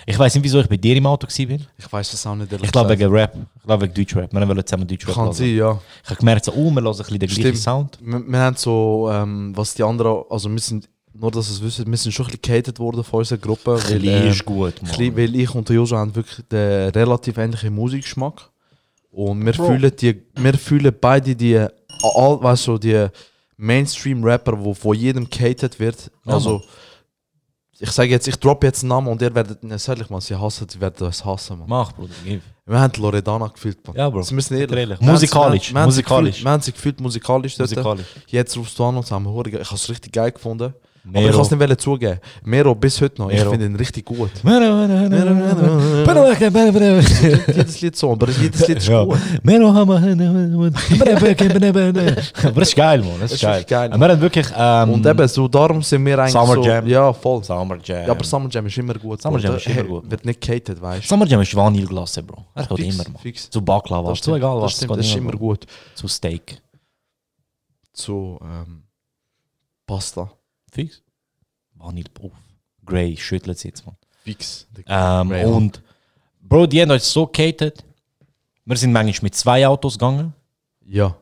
S9: Ich weiß nicht, wieso ich bei dir im Auto war. bin.
S3: Ich weiß das auch nicht. ehrlich
S9: Ich glaube
S3: gesagt.
S9: wegen Rap. Ich glaube wegen Deutschrap. Wir wollen zusammen Deutschrap
S3: Kann
S9: hören.
S3: sein, ja.
S9: Ich habe gemerkt, so, oh, wir hören ein bisschen den gleichen
S3: Stimmt.
S9: Sound.
S3: Wir, wir haben so, ähm, was die anderen, also wir sind, nur dass ihr es wisst, wir sind schon ein bisschen gehatet worden von unserer Gruppe.
S9: Ein bisschen
S3: ähm,
S9: ist gut, Mann.
S3: Chli- weil ich und der Joshua haben wirklich den relativ ähnlichen Musikgeschmack. Und wir fühlen, die, wir fühlen beide die, all, weißt du, die Mainstream-Rapper, wo von jedem gehatet wird.
S9: Ja,
S3: also, ich sage jetzt, ich drop jetzt einen Namen und ihr werdet, ne, sag ich mal, sie hassen, sie werden es hassen, man.
S9: Mach, Bruder. gib.
S3: Wir haben Loredana gefühlt, man.
S9: Ja, Bro.
S3: Sie müssen ehrlich.
S9: Ehrlich. Musikalisch,
S3: Wir haben sie- wir haben
S9: musikalisch.
S3: sie gefühlt- Wir haben sie gefühlt musikalisch dort.
S9: Musikalisch.
S3: Jetzt rufst du an und sagst, «Hure, ich habe es richtig geil gefunden. Aber ich
S9: Mero.
S3: kann es nicht wollen zugeben. Mero bis heute noch. Ich
S9: Mero.
S3: finde ihn richtig gut.
S9: Mero, Mero, Mero, Mero. Mero, Mero, Mero, Mero.
S3: jedes Lied so, aber jedes Lied ist
S9: Ja.
S3: gut.
S9: Mero, Hammer, Mero, Mero, Mero, Mero. Aber das ist geil, Mann. Das
S3: Das ist
S9: ist geil.
S3: wirklich geil,
S9: Und Wir haben wirklich. ähm,
S3: Und eben, so darum sind wir eigentlich
S9: Summer
S3: so...
S9: Jam.
S3: Ja, voll.
S9: Summer Jam.
S3: Ja, aber Summer Jam ist immer gut.
S9: Summer Jam
S3: Oder?
S9: ist immer gut.
S3: Wird nicht gehatet, weißt du.
S9: Summer Jam ist Vanilleglasse, Bro. Er geht
S3: Fix,
S9: immer, man.
S3: fix.
S9: Zu Baklava, zu egal
S3: das
S9: was.
S3: stimmt,
S9: geht
S3: das ist immer
S9: Bro.
S3: gut.
S9: Zu Steak.
S3: Zu ähm, Pasta.
S9: Fix. Vanille, puff. Grey, schüttelt es jetzt, man.
S3: Fix.
S9: Ähm,
S3: Grey, ja.
S9: und, Bro, die haben uns so catered. Wir sind manchmal mit zwei Autos gegangen.
S3: Ja.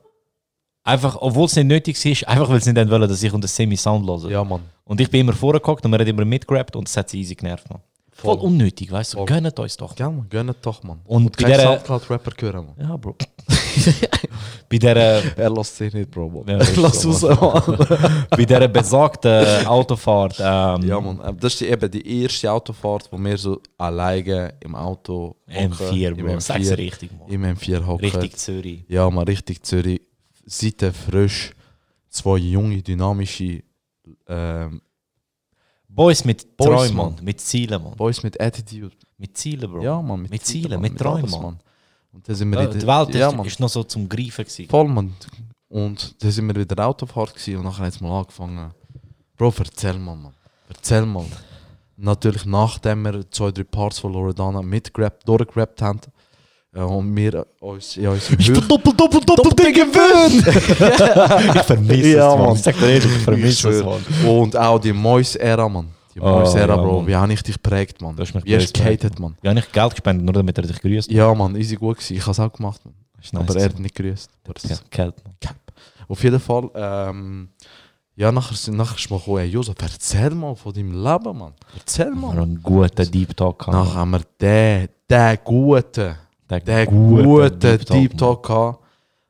S9: Einfach, obwohl es nicht nötig war, einfach weil sie nicht wollen, dass ich unter Semi-Sound höre.
S3: Ja, Mann.
S9: Und ich bin immer vorgehockt und wir haben immer mitgerappt und es hat sie easy genervt, man. Voll,
S3: Voll.
S9: unnötig, weißt du. Gönnt uns doch.
S3: Gell, man. Gönnt doch, Mann.
S9: Und bei
S3: kein
S9: dieser-
S3: Soundcloud-Rapper hören, Mann.
S9: Ja, Bro. Bei dieser.
S3: Er lässt sich nicht, Bro. Mann.
S9: Ja,
S3: er
S9: ist
S3: lässt
S9: so,
S3: raus, Mann.
S9: bei dieser besagten Autofahrt. Ähm,
S3: Ja, Mann. Ähm, Das ist die, eben die erste Autofahrt, wo wir so alleine im Auto
S9: M4,
S3: hocken, im
S9: Bro. Sag's
S3: M4
S9: richtig, Mann.
S3: Im M4 hocken.
S9: Richtig Zürich.
S3: Ja, man, richtig Zürich. Seite frisch. Zwei junge, dynamische ähm,
S9: Boys mit
S3: Boys,
S9: Träumen, Mann.
S3: Mann.
S9: Mit Zielen, Mann.
S3: Boys mit Attitude.
S9: Mit Zielen, Bro.
S3: Ja, man, mit,
S9: Mit Zielen, mit Träumen,
S3: alles,
S9: Mann.
S3: Und da sind wir
S9: Ja,
S3: in
S9: die Welt
S3: ja,
S9: ist,
S3: man,
S9: ist noch so zum Greifen gewesen.
S3: voll, man. Und da sind wir wieder Autofahrt gewesen und nachher jetzt mal angefangen. Bro, erzähl mal, man. Erzähl mal. Natürlich, nachdem wir zwei, drei Parts von Loredana mitgerappt, durchgerappt haben äh, und wir äh, uns in unserem Höhe-
S9: Doppel, doppel, doppel, Ding gewöhnt! ich vermisse
S3: Ja,
S9: es, Mann.
S3: Mann.
S9: Ich sag dir ehrlich, ich
S3: Ich
S9: vermisse es,
S3: schwör.
S9: Mann.
S3: Und auch die Mois-Ära, Mann. Die
S9: Ah,
S3: Mois-Ära,
S9: ja,
S3: Bro.
S9: Mann.
S3: Wie habe ich dich geprägt, Mann?
S9: Du hast mich
S3: Wie hast du
S9: geprägt,
S3: gehatet, Mann?
S9: Ja, nicht Geld gespendet, nur damit er dich grüßt.
S3: Ja, Mann, easy gut gewesen. Ich habe es auch gemacht, Mann.
S9: Ist nice
S3: Aber er
S9: gewesen.
S3: hat nicht grüßt. Aber das-
S9: Ja, Geld, Mann.
S3: Auf jeden Fall, ähm, ja, nachher, sind- nachher ist mir gekommen, hey, Josef, erzähl mal von deinem Leben, Mann. Erzähl
S9: Wir
S3: mal.
S9: haben einen guten Deep Talk gehabt.
S3: Nachher haben wir den, den guten,
S9: Der
S3: den
S9: gute
S3: guten,
S9: Deep
S3: Deep
S9: Talk,
S3: Talk, gehabt.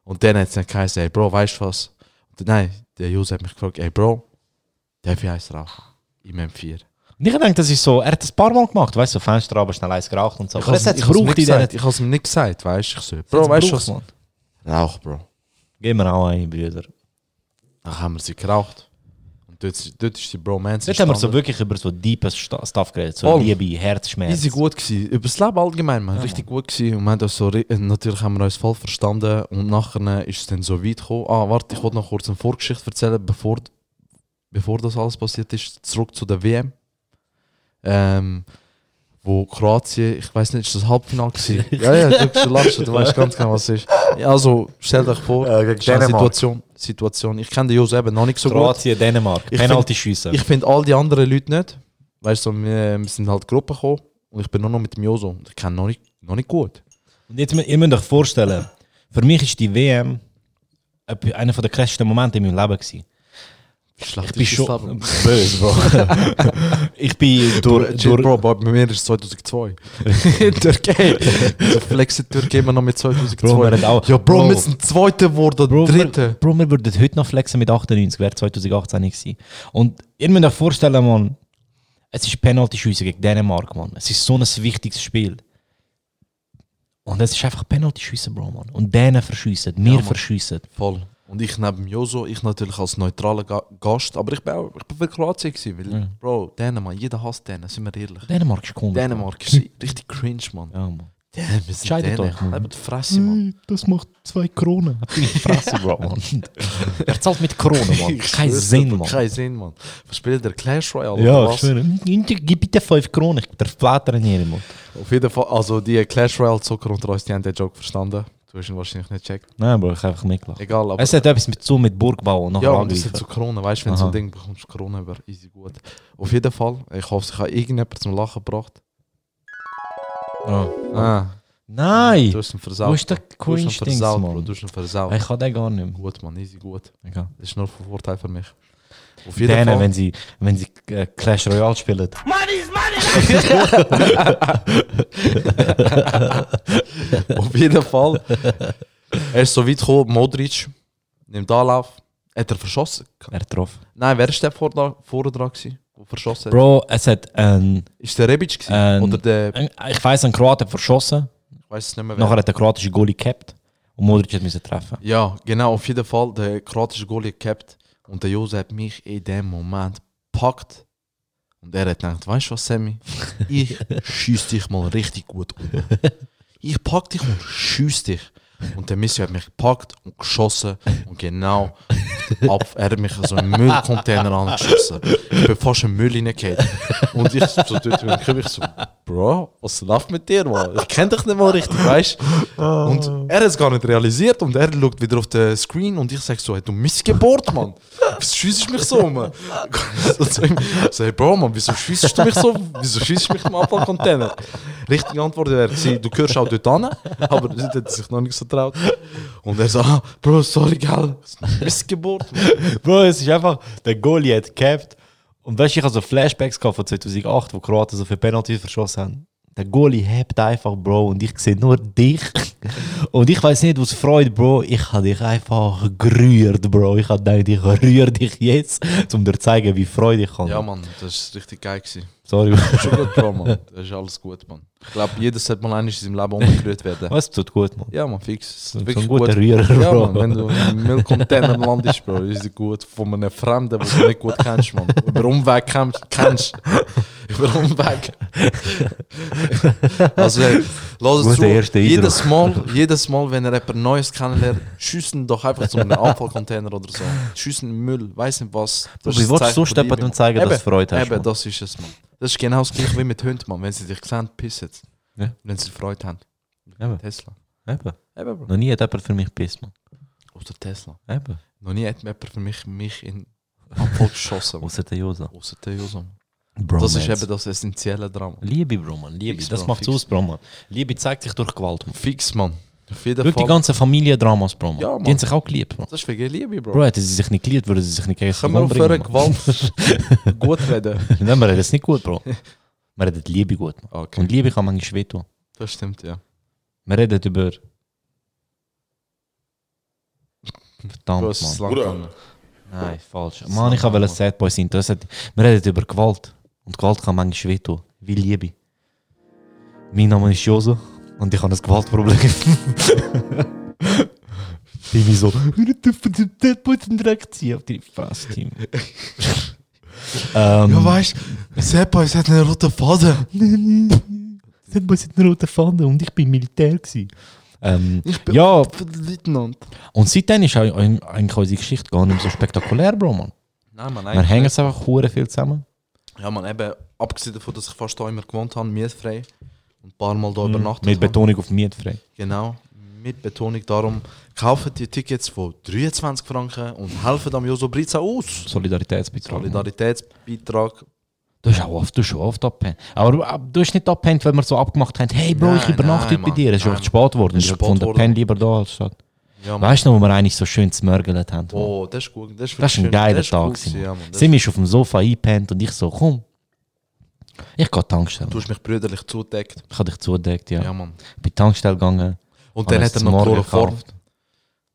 S3: Und dann hat es dann geheißen, hey, Bro, weißt du was? Und, nein, der Josef hat mich gefragt, hey, Bro, darf ich eins rauchen? Im M4.
S9: Und ich denke, das ist so, er hat das ein paar Mal gemacht, weißt du, so Fenster aber schnell eins geraucht und so.
S3: Ich
S9: Aber
S3: hab's-
S9: es hat
S3: ich
S9: es
S3: hab's ihm
S9: gebraucht
S3: nicht
S9: in der
S3: gesagt. Ich hab's ihm nicht gesagt, weißt du? Ich so, Bro, weißt du was?
S9: Mann?
S3: Rauch, Bro.
S9: Gib mir auch einen, Brüder.
S3: Dann haben wir sie geraucht. Und dort, dort ist die Bromance
S9: Dort haben wir so
S3: entstanden.
S9: wirklich über so deepes Sta- Stuff geredet, so
S3: Voll.
S9: Liebe, Herzschmerz.
S3: Easy gut gsi Über das Leben allgemein, man. richtig gut gsi Und wir haben das so, ri- äh, natürlich haben wir uns voll verstanden. Und nachher äh, ist es dann so weit gekommen. Ah, warte, ich wollte noch kurz eine Vorgeschichte erzählen, bevor, bevor das alles passiert ist. Zurück zu der WM. Ähm, wo Kroatien, ich weiß nicht, ist das Halbfinale gewesen? ja, ja, du bist lachen, du weißt ganz genau, was es ist. Ja, also, stell dich vor,
S9: gegen
S3: ist eine
S9: Dänemark.
S3: Situation, Situation. Ich kenne den Jose eben noch nicht so gut.
S9: Kroatien, Dänemark,
S3: Ich
S9: penalty schiessen.
S3: Ich finde all die anderen Leute nicht. Weißt du, wir, wir sind halt Gruppen gekommen und ich bin nur noch mit dem Joso. Ich kenne noch nicht, noch nicht gut.
S9: Und jetzt, mü- ihr müsst euch vorstellen, für mich ist die WM ep- einer der krassesten Momente in meinem Leben gewesen.
S3: Schlecht
S9: Ich bin schon böse, Bro. ich bin durch,
S3: Durch,
S9: durch,
S3: Bro, bei mir ist es 2002. Türkei. Also flexen die Türkei immer noch mit 2002.
S9: Bro, wir haben auch-
S3: ja, Bro,
S9: Bro.
S3: wir sind Zweiter geworden,
S9: Bro,
S3: Dritter.
S9: Wir, Bro, wir würden heute noch flexen mit 98, wäre 2018 nicht gewesen. Und ihr müsst euch vorstellen, Mann, es ist Penalty-Schüsse gegen Dänemark, Mann. Es ist so ein wichtiges Spiel. Und es ist einfach Penalty-Schüsse, Bro, Mann. Und Dänen verschiessen, wir
S3: Mann.
S9: verschiessen.
S3: Voll. Und ich neben Joso, ich natürlich als neutraler Ga Gast, aber ich bin, auch, ich bin für Kroatien gewesen, weil, Bro, Dänemark, jeder hasst Dänen, sind wir ehrlich.
S9: Dänemark ist komisch.
S3: Dänemark ist richtig cringe, Mann.
S9: Mann. Ja, Mann.
S3: Damn, wir sind
S9: Scheidet
S3: Dänen.
S9: euch, Mann.
S3: Lebt die Fresse, Mann.
S9: Mm, Das macht zwei Kronen. Fresse, Bro, Mann. Er zahlt mit Kronen, Mann.
S3: Ich
S9: Kein
S3: schwör's
S9: Sinn,
S3: dir,
S9: Mann.
S3: Kein Sinn, Mann. Was spielt der Clash Royale?
S9: Ja,
S3: oder
S9: ich schwöre. Gib bitte fünf Kronen, ich darf flattern hier, Mann.
S3: Auf jeden Fall, also die Clash Royale Zucker unter uns, die haben den Joke verstanden. Du hast ihn wahrscheinlich nicht checkt.
S9: Nein, Bro, ich habe einfach mitgelacht.
S3: Egal, aber.
S9: Es hat etwas mit, zu mit Burgbau und nachher
S3: ja, und
S9: angreifen.
S3: das sind so Kronen, weißt du, wenn du so
S9: Aha.
S3: ein Ding bekommst, Kronen wäre easy gut. Auf jeden Fall, ich hoffe, ich habe irgendjemand zum Lachen gebracht. Ah, du
S9: Nein!
S3: hast ihn versaut.
S9: Wo ist der
S3: Du hast ihn
S9: Coinstings,
S3: versaut, Bro.
S9: Mann?
S3: Du hast ihn versaut.
S9: Ich kann den gar nicht mehr.
S3: Gut, Mann, easy gut.
S9: Egal.
S3: Das ist nur ein Vorteil für mich. Auf jeden
S9: Denen,
S3: Fall.
S9: wenn sie, wenn sie äh, Clash Royale spielen.
S3: Auf jeden Fall. Er ist so weit gekommen, Modric nimmt Anlauf. Hat er verschossen?
S9: Er traf.
S3: Nein, wer ist der vor, vorher dran gewesen, der verschossen hat?
S9: Bro, es hat ein,
S3: Ist der Rebic gewesen?
S9: Ähm,
S3: Oder der,
S9: ein ich weiß, ein Kroat hat verschossen.
S3: ich weiß es nicht mehr wer.
S9: Nachher hat der kroatische Goalie gehabt und Modric hat müssen treffen.
S3: Ja, genau, auf jeden Fall. Der kroatische Goalie gehabt und der Jose hat mich in dem Moment gepackt. Und er hat gedacht, weißt du was, Sammy? Ich schieß dich mal richtig gut um. Ich pack dich und schieß dich. Und der Messi hat mich gepackt und geschossen. Und genau, ab, er hat mich an so einen Müllcontainer angeschossen. Ich bin fast im Müll reingehauen. Und ich so dort bin ich so, Bro, was läuft mit dir, Mann? Ich kenn dich nicht mal richtig, weißt du? Und er hat es gar nicht realisiert und er schaut wieder auf den Screen und ich sag so, hey, du Missgeburt, Mann. Wieso schiessest du mich so um? so, zu ihm, so, hey, Bro, Mann, wieso schiessest du mich so? Wieso schiessest du mich im Abfallcontainer? Richtige Antwort wäre gewesen, du gehörst auch dort an, aber das hat er sich noch nicht so traut. Und er so, ah, Bro, sorry, gell, Missgeburt, Mann.
S9: Bro, es ist einfach, der Goalie hat gehabt. Und weißt du, ich habe so Flashbacks gehabt von 2008, wo Kroaten so viele Penalties verschossen haben. Der Goalie hebt einfach, Bro, und ich sehe nur dich. Und ich weiß nicht, was freut, Bro. Ich habe dich einfach gerührt, Bro. Ich habe gedacht, ich rühre dich jetzt, um dir zu zeigen, wie Freude ich habe.
S3: Ja, Mann, das war richtig geil. Gewesen.
S9: Sorry.
S3: Schon gut, Bro, Mann. Das ist alles gut, Mann. Ich glaube, jeder sollte mal einmal in seinem Leben umgerührt werden.
S9: Was tut gut, Mann.
S3: Ja, man, fix. Es
S9: So
S3: ist
S9: ein
S3: wirklich
S9: guter
S3: gut.
S9: Rührer,
S3: ja,
S9: Bro.
S3: man, wenn du im Müllcontainer landest, Bro, ist es gut. Von einem Fremden, den du nicht gut kennst, man. Über Umweg kennst. kennst. Über Umweg. also, hey, lass
S9: Guter
S3: es zu.
S9: erster Eindruck.
S3: Jedes Mal, jedes Mal, wenn er jemand Neues kennenlernt, schiessen doch einfach zu einem Abfallcontainer oder so. Schiessen in Müll, weiss nicht was. Das
S9: wie
S3: ist ein
S9: willst du
S3: Zeichen
S9: sonst
S3: von
S9: jemandem
S3: Liebe.
S9: zeigen, dass du Freude hast,
S3: Eben,
S9: Mann?
S3: das ist es, man. Das ist genau das gleiche wie mit Hunden, man. Wenn sie dich sehen, pissen sie.
S9: Ja.
S3: Wenn sie Freude haben.
S9: Eben.
S3: Tesla.
S9: Eben.
S3: Eben, Bro.
S9: Noch nie hat jemand für mich gepisst, Mann.
S3: Oder Tesla.
S9: Eben.
S3: Noch nie hat jemand für mich, mich in Abfall geschossen.
S9: Außer der Josa.
S3: Außer der Josam.
S9: Bro,
S3: Das ist eben das essentielle Drama.
S9: Liebe, Bro, Mann. Liebe.
S3: Fix,
S9: das
S3: Bro,
S9: macht's
S3: fix.
S9: aus, Bro, Mann. Liebe zeigt sich durch Gewalt, Mann.
S3: Fix, Mann. Auf jeden
S9: Schau die
S3: Fall.
S9: ganzen Familiendramas, Bro, Mann.
S3: Ja,
S9: Die
S3: Mann.
S9: haben sich auch geliebt, Bro.
S3: das ist wegen Liebe, Bro.
S9: Bro, hätten sie sich nicht geliebt, würden sie sich nicht gegen
S3: Können wir auf
S9: umbringen,
S3: eure
S9: Mann.
S3: Gewalt gut reden?
S9: Nein, wir reden es nicht gut, Bro. Wir reden Liebe gut, Mann.
S3: Okay,
S9: Und Liebe kann manchmal wehtun.
S3: das stimmt, ja.
S9: Wir reden über... Verdammt,
S3: Bro, es ist
S9: Mann.
S3: lang
S1: Bruder.
S3: gegangen.
S9: Nein, falsch.
S3: Das
S9: Mann,
S3: ist
S9: ich habe
S3: lang,
S9: einen Sad Boy sein. Das hat, wir reden über Gewalt. Und Gewalt kann manchmal wehtun. Wie Liebe. Mein Name ist Joso und ich habe ein Gewaltproblem. Timmy so, wir dürfen den Sad Boy den Dreck ziehen auf die Fresse, Timmy. ähm,
S3: Ja, weißt du, Seppa, es hat einen roten Faden.
S9: Sad Boy sind rote Pfanne und ich bin Militär. Gewesen. Ähm,
S3: Ich bin
S9: ja,
S3: Leutnant.
S9: und seitdem ist auch- eigentlich unsere Geschichte gar nicht mehr so spektakulär, Bro, Mann.
S3: Nein, Mann,
S9: Wir
S3: nein.
S9: hängen es einfach hure viel zusammen.
S3: Nou, Ja, Mann, eben, abgesehen davon, dass ich fast da immer gewohnt habe, mietfrei. Und ein paar Mal da übernachtet
S9: Mit
S3: habe.
S9: Betonung auf mietfrei.
S3: Genau, mit Betonung darum, kaufen die Tickets von 23 Franken und helfen am Joso Britza aus.
S9: Solidaritätsbeitrag.
S3: Solidaritätsbeitrag.
S9: Du hast auch oft, du hast schon oft abgepennt. Aber ab- du hast nicht abgepennt, weil wir so abgemacht haben, hey Bro, ich
S3: Nein,
S9: übernachte heute
S3: nein,
S9: bei
S3: Mann,
S9: dir. Es ist
S3: nein.
S9: oft spät geworden.
S3: Es ist
S9: Ich
S3: spät
S9: habe gefunden,
S3: geworden.
S9: penn lieber da anstatt.
S3: Ja, Mann.
S9: Weißt du noch, wo wir eigentlich so schön zmörgelt haben? Mann?
S3: Oh, das ist gut. Das ist,
S9: Das war ein
S3: schön-
S9: geiler
S3: ist
S9: Tag.
S3: gut gewesen,
S9: gewesen,
S3: Ja,
S9: Mann.
S3: Mann. Das-
S9: Sim ist auf dem Sofa eingepennt und ich so, komm, ich gehe Tankstelle.
S3: Du hast mich brüderlich zudeckt.
S9: Ich habe dich zugedeckt, ja.
S3: Ja, Mann.
S9: Bin Tankstelle gegangen.
S3: Und
S9: habe
S3: dann
S9: es
S3: hat er
S9: zum
S3: noch
S9: Morgen
S3: Chloroform.
S9: gekauft.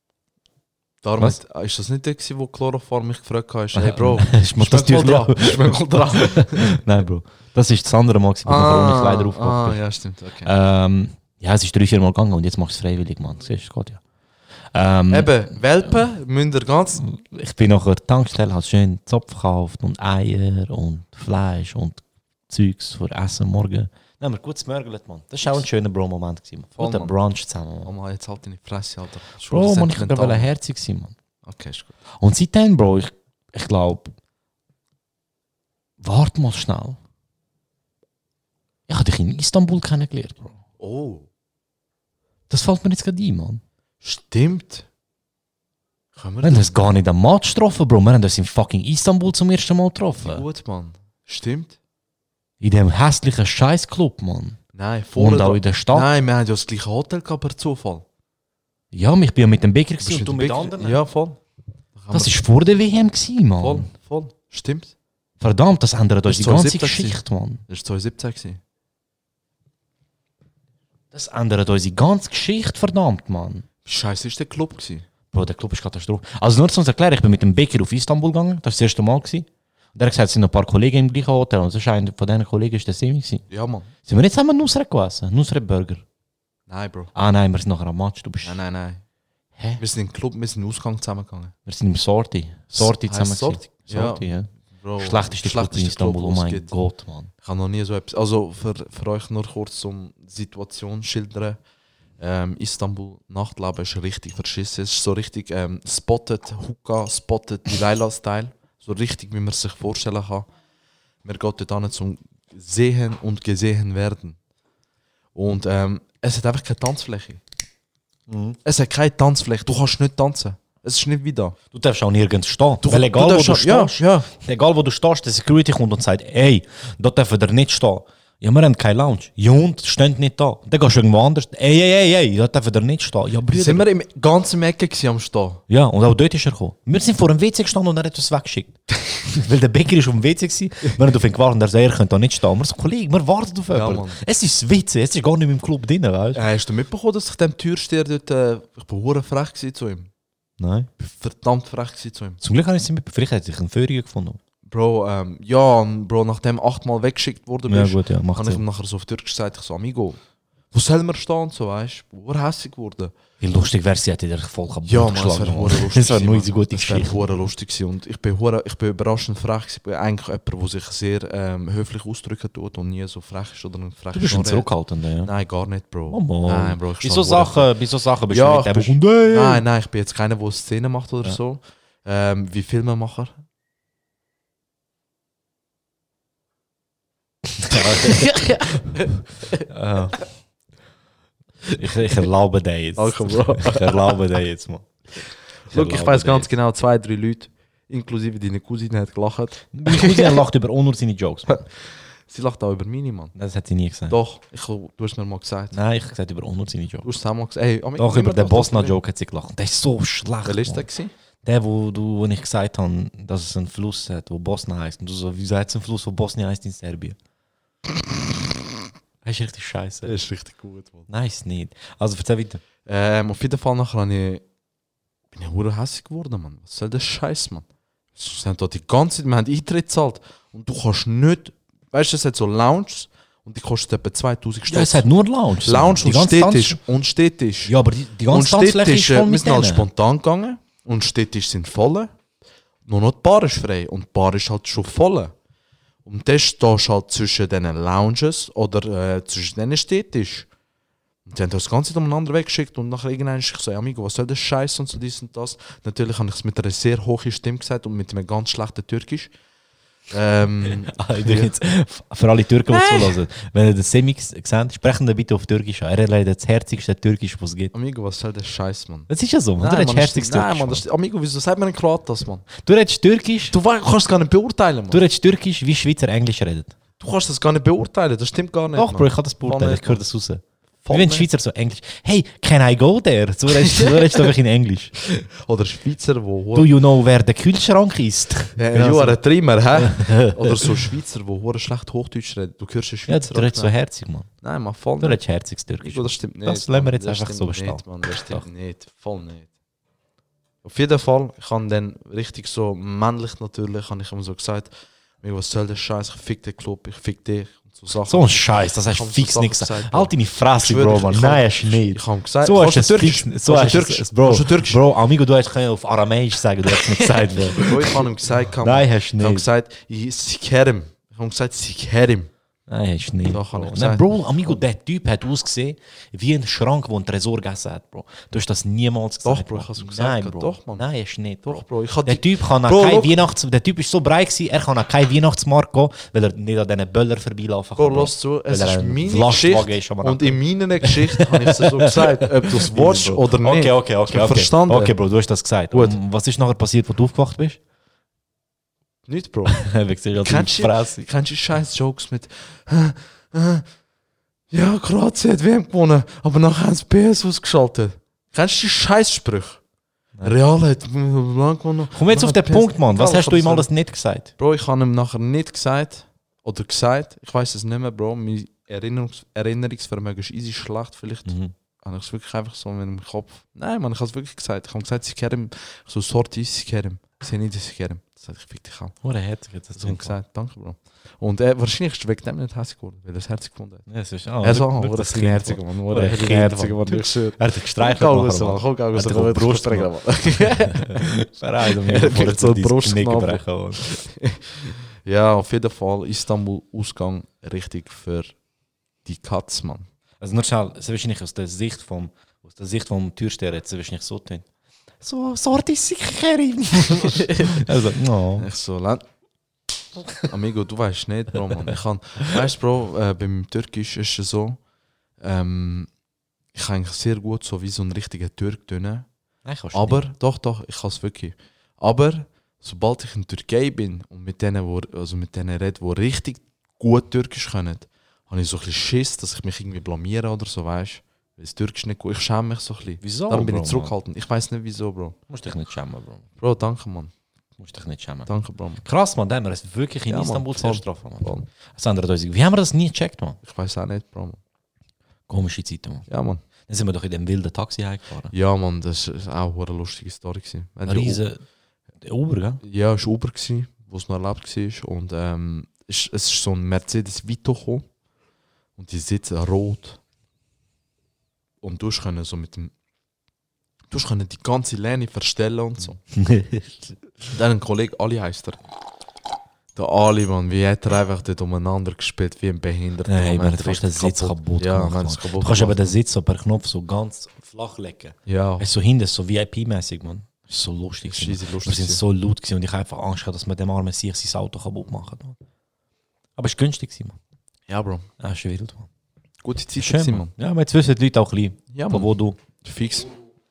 S3: Darum
S9: Was? Ah,
S3: hat- ist das nicht der, gewesen, wo Chloroform mich gefragt hat? Hey Bro,
S9: Schmeckt das
S3: schmeck mal
S9: Tür
S3: dran. Schmeck mal dran.
S9: Nein, Bro. Das ist das andere Mal, gewesen, wo ah, ich leider aufgewacht
S3: ah,
S9: bin.
S3: ja, stimmt. Okay.
S9: Ähm, ja, es ist drei, vier Mal gegangen und jetzt machst du es freiwillig, Mann. Siehst du, es geht ja. Ähm,
S3: Eben, Welpen müssen ihr ganz.
S9: Ich bin nachher der Tankstelle, habe schön Zopf gekauft und Eier und Fleisch und Zeugs für Essen morgen. Nein, aber gut gemörgelt, Mann. Das war auch ein schöner Bro-Moment. gewesen, Mann.
S3: Voll,
S9: Guter
S3: Mann.
S9: Brunch zusammen, Mann.
S3: Oh Mann, jetzt halt deine Fresse, Alter.
S9: Bro,
S3: Schon
S9: Mann, ich war
S3: sentimental.
S9: gerade herzig, gewesen, Mann.
S3: Okay, ist gut.
S9: Und seitdem, Bro, ich, ich glaube, warte mal schnell. Ich habe dich in Istanbul kennengelernt, Bro.
S3: Oh,
S9: Das fällt mir jetzt gerade ein, Mann.
S3: stimmt. Können
S9: Wir
S3: wir
S9: haben
S3: das?
S9: uns gar nicht am Match getroffen, Bro. Wir haben uns in fucking Istanbul zum ersten Mal getroffen.
S3: Gut, Mann. Stimmt.
S9: In dem hässlichen Scheißclub, Mann.
S3: Nein, vorher.
S9: Und auch in der Stadt.
S3: Nein, wir haben ja das gleiche Hotel gehabt, per Zufall.
S9: Ja, ich bin ja mit dem Bäcker
S3: Bist
S9: gewesen und du
S3: ein
S9: mit
S3: Big-
S9: anderen.
S3: Ja, voll.
S9: Das war vor der WM, gewesen, Mann.
S3: Voll, voll. Stimmt.
S9: Verdammt, das ändert
S3: Das
S9: euch
S3: ist
S9: die ganze
S3: 2017 gewesen.
S9: Geschichte, Mann.
S3: Das war 2017. gewesen.
S9: Das ändert unsere ganze Geschichte, verdammt, Mann.
S3: Wie scheiße ist der Club? Gewesen?
S9: Bro, der Club ist Katastrophe. Also nur zum Erklären, ich bin mit dem Bäcker auf Istanbul gegangen, das war das erste Mal. Gewesen. Und er hat gesagt, es sind noch ein paar Kollegen im gleichen Hotel und das einer von diesen Kollegen war der Semi. Gewesen.
S3: Ja, Mann.
S9: Sind wir nicht zusammen Nusret gegessen? Nusret Burger.
S3: Nein, Bro.
S9: Ah nein, wir sind nachher am Match, du bist...
S3: Nein, nein, nein.
S9: Hä?
S3: Wir sind im Club, wir sind in den Ausgang zusammengegangen.
S9: Wir sind im Sorti. Sorti
S3: Heisst
S9: zusammen.
S3: Sorti?
S9: Sorti, Sorti ja.
S3: Bro,
S9: Schlechteste Club in Istanbul, oh
S3: was
S9: mein
S3: gibt.
S9: Gott, Mann.
S3: Ich habe noch nie so etwas. Also für, für euch nur kurz um die Situation zu schildern. Ähm, Istanbul, Nachtleben ist richtig verschissen. Es ist so richtig ähm, spotted, Hookah, spotted, Delilah-Style. So richtig, wie man es sich vorstellen kann. Man geht dort hin zum Sehen und Gesehen werden. Und ähm, es hat einfach keine Tanzfläche.
S9: Mhm.
S3: Es hat keine Tanzfläche. Du kannst nicht tanzen. Es ist nicht wie da.
S9: Du darfst auch nirgends stehen.
S3: Du-
S9: Weil egal,
S3: du
S9: wo
S3: darfst
S9: du
S3: schon- ja,
S9: stehst,
S3: ja.
S9: egal wo du stehst, der Security kommt und sagt, ey, dort dürfen ihr nicht stehen. Ja, wir haben keine Lounge. Ja und, steht nicht da. Dann gehst du irgendwo anders. Ey, ey, ey, ey, dort dürfen ihr nicht stehen. Ja, Brüder.
S3: Sind wir im ganzen Ecke gewesen am Stehen?
S9: Ja, und auch dort ist er gekommen. Wir sind vor dem WC gestanden und er hat uns weggeschickt. Weil der Bäcker ist auf dem WC gewesen. Wir haben auf ihn gewartet und er sagt, er könnte da nicht stehen. Wir so, Kollege, wir warten auf jemanden.
S3: Mann.
S9: es ist das WC, es ist gar nicht mehr im Club drin, weißt du?
S3: Äh, hast du mitbekommen, dass ich dem Türsteher dort. Äh, ich war hure frech gewesen zu ihm.
S9: Nein.
S3: Ich bin verdammt frech gewesen zu ihm.
S9: Zum Glück habe ich es nicht mitbekommen. Vielleicht hat sich ein Föhriger gefunden.
S3: Bro, ähm, ja, und Bro, nachdem achtmal weggeschickt worden dus
S9: Ja,
S3: bist,
S9: gut, ja, macht
S3: habe ich
S9: Sinn.
S3: ihm nachher so auf Türkisch gesagt, ich so, Amigo, wo soll man stehen? und So, weißt du, hure hässig geworden.
S9: Wie lustig wäre es, sie hätte dir voll kaputt
S3: Ja, Mann, das
S9: geschlagen.
S3: wäre
S9: Mann.
S3: hure lustig.
S9: Das wäre nur
S3: gewesen,
S9: unsere
S3: Mann.
S9: gute
S3: Das
S9: Geschichte.
S3: wäre hure lustig gewesen. Und ich bin, hure, ich bin überraschend frech. gewesen. Ich bin eigentlich jemand, der sich sehr ähm, höflich ausdrücken tut und nie so frech ist oder ein frech
S9: Du bist ein Zurückhaltender, ja.
S3: Nein, gar nicht, Bro.
S9: Oh, Mann.
S3: Nein, Bro, ich
S9: bei,
S3: stand
S9: so
S3: hure
S9: Sachen, bei so Sachen bist
S3: Ja,
S9: du
S3: ich
S9: nicht
S3: bin-
S9: der, der-
S3: Nein, nein, ich bin jetzt keiner, der Szenen macht oder so. Ähm, wie Filmemacher.
S9: Ja. Ich, ich erlaube den jetzt.
S3: Oh, komm, Bro.
S9: Ich erlaube den jetzt, Mann.
S3: Look, ich
S9: erlaube
S3: weiß
S9: den
S3: ganz
S9: jetzt.
S3: genau, zwei, drei Leute, inklusive deine Cousine, hat gelacht.
S9: Meine Cousine lacht über Onur seine Jokes. Mann.
S3: Sie lacht auch über meine, Mann.
S9: Das hat sie nie gesagt.
S3: Doch, ich, du hast mir mal gesagt.
S9: Nein, ich habe gesagt über Onur seine
S3: Du
S9: Jokes.
S3: hast es auch mal gesagt. Ey, Ami,
S9: Doch,
S3: nimm
S9: über
S3: mir
S9: den
S3: das doch
S9: Bosna-Joke hat sie gelacht. Der ist so schlecht.
S3: Wer ist der
S9: Mann.
S3: gewesen?
S9: Der, wo, du, wo ich gesagt habe, dass es einen Fluss hat, wo Bosna heißt. Und du so, wieso hat es einen Fluss, wo Bosnien heißt in Serbien? das ist richtig scheiße.
S3: ist richtig gut, Mann.
S9: Nice, nicht. Also, erzähl weiter.
S3: Ähm, auf jeden Fall nachher habe ich, bin ich hure hässig geworden, Mann. Was soll der Scheiß, Mann? Sie haben da die ganze Zeit, wir haben Eintritt gezahlt. Und du kannst nicht, weißt du, es hat so Lounges und die kosten etwa 2000
S9: Ja,
S3: Stutz.
S9: es hat nur Lounge.
S3: Lounge
S9: Die
S3: und
S9: ganze
S3: Städtisch.
S9: Tanz-
S3: Und Städtisch.
S9: Ja, aber die, die
S3: und
S9: ganze Tanzfläche ist
S3: Städtisch, äh,
S9: voll
S3: wir
S9: mit
S3: sind halt
S9: denen.
S3: spontan gegangen und Städtisch sind voll. Nur noch die Bar ist frei und die Bar ist halt schon voll. Und dann stehst du halt zwischen diesen Lounges oder äh, zwischen diesen Städtisch. Und die haben das Ganze umeinander weggeschickt und nachher irgendwann ist ich so, «Ey, Amigo, was soll der Scheiß und so dies und das. Natürlich habe ich es mit einer sehr hohen Stimme gesagt und mit einem ganz schlechten Türkisch. Ähm,
S9: Übrigens, äh, für alle Türken, die zulassen, wenn ihr den Semi seht, sprechen dann bitte auf Türkisch an. Er leidet das herzigste Türkisch, was es gibt.
S3: Amigo, was soll der Scheiß, Mann?
S9: Das ist ja so, man. Du
S3: Nein,
S9: redest
S3: Mann, das
S9: herziges
S3: ist, nein,
S9: Türkisch.
S3: Mann, das
S9: Mann.
S3: ist, Amigo, wieso sagt man in Kroat das, Mann?
S9: Du redest Türkisch,
S3: Du we- kannst es gar nicht beurteilen, Mann.
S9: du redest Türkisch, wie Schweizer Englisch redet.
S3: Du kannst das gar nicht beurteilen, das stimmt gar nicht.
S9: Doch,
S3: Mann.
S9: Bro, ich kann das beurteilen,
S3: Mann,
S9: ich höre das raus. Wie wenn die Schweizer so Englisch. Hey, can I go there? So redest so redest du einfach in Englisch.
S3: Oder Schweizer, wo
S9: Do you know where der Kühlschrank ist?
S3: Ja, you are a trimmer, hä? Oder so Schweizer, wo hure schlecht Hochdeutsch reden. Du hörst einen
S9: Ja,
S3: Schweizer.
S9: du redest so
S3: Akzent.
S9: herzig, Mann.
S3: Nein, man voll
S9: Du
S3: nicht.
S9: redest herziges Türkisch.
S3: Nico, das stimmt nicht.
S9: Das lassen wir
S3: Mann.
S9: jetzt einfach so bestehen.
S3: stimmt Nicht, Mann, das
S9: Doch.
S3: stimmt nicht. Voll nicht. Auf jeden Fall, ich habe dann richtig so männlich natürlich, habe ich ihm so gesagt, mir was soll der Scheiß, ich fick den Club, ich fick dich und so Sachen.
S9: So ein Scheiß, das hast
S3: Ich
S9: du
S3: hab ihm
S9: fix
S3: so
S9: nicht
S3: Sachen
S9: gesagt.
S3: Bro.
S9: Halt deine
S3: Ich
S9: Fresse,
S3: schwöre,
S9: Bro,
S3: ich-
S9: Mann.
S3: ich hab-
S9: Nein, hast du nicht.
S3: Ich habe gesagt,
S9: So hast du es
S3: Türkisch?
S9: fix nicht. So hast
S3: Kannst
S9: du
S3: du
S9: es,
S3: Türkisch?
S9: Bro.
S3: Kannst du Türkisch?
S9: Bro, Amigo, du hast keinen auf Aramäisch sagen, du hast es nicht gesagt, Bro.
S3: Bro, ich habe ihm gesagt, kann
S9: Nein, hast du
S3: ich habe
S9: nicht.
S3: gesagt, ich sicherem. Ich habe gesagt, sicherem.
S9: Nein, hast du nicht.
S3: Doch, hab
S9: Bro.
S3: ich
S9: Nein,
S3: gesagt.
S9: Bro, Amigo, der Typ hat ausgesehen wie ein Schrank, wo ein Tresor gegessen hat, Bro. Du hast das niemals gesagt.
S3: Doch, Bro,
S9: Mann.
S3: ich hab's ihm gesagt,
S9: Nein,
S3: gehabt.
S9: Bro.
S3: Doch, Mann.
S9: Nein, hast du nicht.
S3: Doch, Bro, ich hab
S9: Der
S3: die-
S9: Typ kann an
S3: Bro,
S9: keinen
S3: look.
S9: Weihnachts... Der Typ ist so breit gewesen, er kann an keinen Weihnachtsmarkt gehen, weil er nicht an diesen Böller vorbeilaufen
S3: Bro,
S9: kann.
S3: lass zu, es
S9: Weil er
S3: ist
S9: ein
S3: meine
S9: Lastwagen
S3: Geschichte
S9: ist am
S3: und
S9: Rappen.
S3: in meiner Geschichte habe ich es so gesagt, ob du es willst
S9: Bro.
S3: oder nicht.
S9: Okay, okay, okay. okay.
S3: Verstanden?
S9: Okay, Bro, du hast das gesagt.
S3: Gut.
S9: Und Was ist nachher passiert, wo du aufgewacht bist?
S3: Nicht, Bro.
S9: Wie gesagt, also
S3: Kennst du,
S9: Fresse.
S3: kennst du scheiß Jokes mit «Hä, hä, Ja, Kroatien hat WM gewonnen, aber nachher haben sie PS ausgeschaltet. Kennst du die scheiß Sprüche? Real hat Blanc gewonnen.
S9: Komm jetzt auf den
S3: nachher PS
S9: Punkt, Mann. Was
S3: Egal,
S9: hast
S3: ich
S9: du ihm
S3: hab's-
S9: alles nicht gesagt?
S3: Bro, ich habe ihm nachher nicht gesagt, oder gesagt, ich weiß es nicht mehr, Bro, mein Erinnerungs Erinnerungsvermögen ist easy schlecht, vielleicht habe ich es wirklich einfach so in meinem Kopf. Nein, Mann, ich habe es wirklich gesagt. Ich habe gesagt, sie kehren, ich so sorti, sie kehren, sie nicht, sie kehren. Das hat ich fick dich an.
S9: Hure herzig hat das
S3: Das habe ich gesagt, danke, Bro. Und äh, wahrscheinlich ist wegen dem nicht hässlich geworden, weil er es herzig gefunden hat.
S9: Ja, es ist... ah,
S3: Er so,
S9: wirklich-
S3: oh,
S9: wirklich
S3: das
S9: ein
S3: ist
S9: Kind,
S3: herzig,
S9: Mann.
S3: Mann.
S9: Hure
S3: Oder ein
S9: Kind,
S3: herzig,
S9: Mann.
S3: Mann. Ich schwöre.
S9: Er hat dich gestreichelt.
S3: Komm,
S9: nachher,
S3: raus,
S9: Mann.
S3: Mann. Komm, geh raus,
S9: Hat er
S3: komm,
S9: die
S3: jetzt
S9: Brust
S3: kannst du
S9: gemacht.
S3: regeln, Mann.
S9: Verein, um
S3: Er
S9: hier vorne
S3: kriegt
S9: so
S3: so
S9: ein
S3: einen
S9: Brustknick
S3: Brustknabbel.
S9: brechen. Mann.
S3: Ja, auf jeden Fall, Istanbul-Ausgang richtig für die Katz, Mann.
S9: Also nur schnell, es ist wahrscheinlich aus der Sicht vom, aus der Sicht vom Türsteher, jetzt wahrscheinlich so tun. So, Sorte sicher. also, no.
S3: Ich so, Len. Amigo, du weißt nicht, Bro, Mann. Ich kann, weißt Bro, äh, beim Türkisch ist es so, ähm, ich kann eigentlich sehr gut so wie so ein richtiger Türk tönen.
S9: Nein, kannst du
S3: Aber,
S9: nicht.
S3: doch, doch, ich kann es wirklich. Aber sobald ich in Türkei bin und mit denen, wo, also mit denen rede, die richtig gut Türkisch können, habe ich so ein bisschen Schiss, dass ich mich irgendwie blamiere oder so, weißt du? Weil das Türkisch nicht gut Ich schäme mich so ein bisschen.
S9: Wieso,
S3: Darum bin
S9: Bro,
S3: ich zurückhaltend. Ich weiß nicht wieso, Bro.
S9: Du musst dich nicht schämen, Bro.
S3: Bro, danke, Mann.
S9: Du musst dich nicht schämen.
S3: Danke, Bro. Mann.
S9: Krass, Mann, da haben wir es wirklich in
S3: Ja, Mann,
S9: Istanbul
S3: voll.
S9: zuerst getroffen, Mann.
S3: Voll.
S9: Das andere Däusig. Wie haben wir das nie gecheckt, Mann?
S3: Ich weiß auch nicht, Bro. Mann.
S9: Komische Zeiten, Mann.
S3: Ja, Mann.
S9: Dann sind wir doch in dem wilden Taxi heimgefahren.
S3: Ja, Mann, das ist auch eine lustige Story. gewesen. Wenn
S9: Ein
S3: die
S9: riesen Uber, gell?
S3: Ja, es war Uber, gewesen, wo es noch erlaubt war. Und ähm, es, es ist so ein Mercedes Vito gekommen. Und die Sitze rot. Und du können so mit dem. Du können die ganze Lehne verstellen und so. Dann ein Kollege, Ali heißt er. Der Ali, Mann, wie hat er einfach dort umeinander gespielt, wie ein Behinderter.
S9: Nein, man
S3: man hat
S9: hat fast den
S3: richtig
S9: Sitz kaputt
S3: ja,
S9: gemacht.
S3: man hat
S9: Mann.
S3: es kaputt
S9: Du kannst aber
S3: gemacht.
S9: den Sitz so per Knopf so ganz flach legen.
S3: Ja,
S9: Es ist so hinten, so VIP-mäßig, man. Ist so lustig.
S3: Das ist
S9: gewesen, Mann.
S3: easy lustig
S9: Wir sind
S3: gewesen.
S9: so laut gewesen und ich hab einfach Angst gehabt, dass wir dem armen Sieg sein Auto kaputt machen. Mann. Aber es war günstig, gewesen, Mann.
S3: ja, Bro.
S9: Ja, ist wild, Mann.
S3: Gute Zeit,
S9: Schön,
S3: gewesen,
S9: Mann. Ja, aber jetzt wissen die Leute auch ein bisschen,
S3: Ja,
S9: von
S3: Mann.
S9: wo du...
S3: Fix.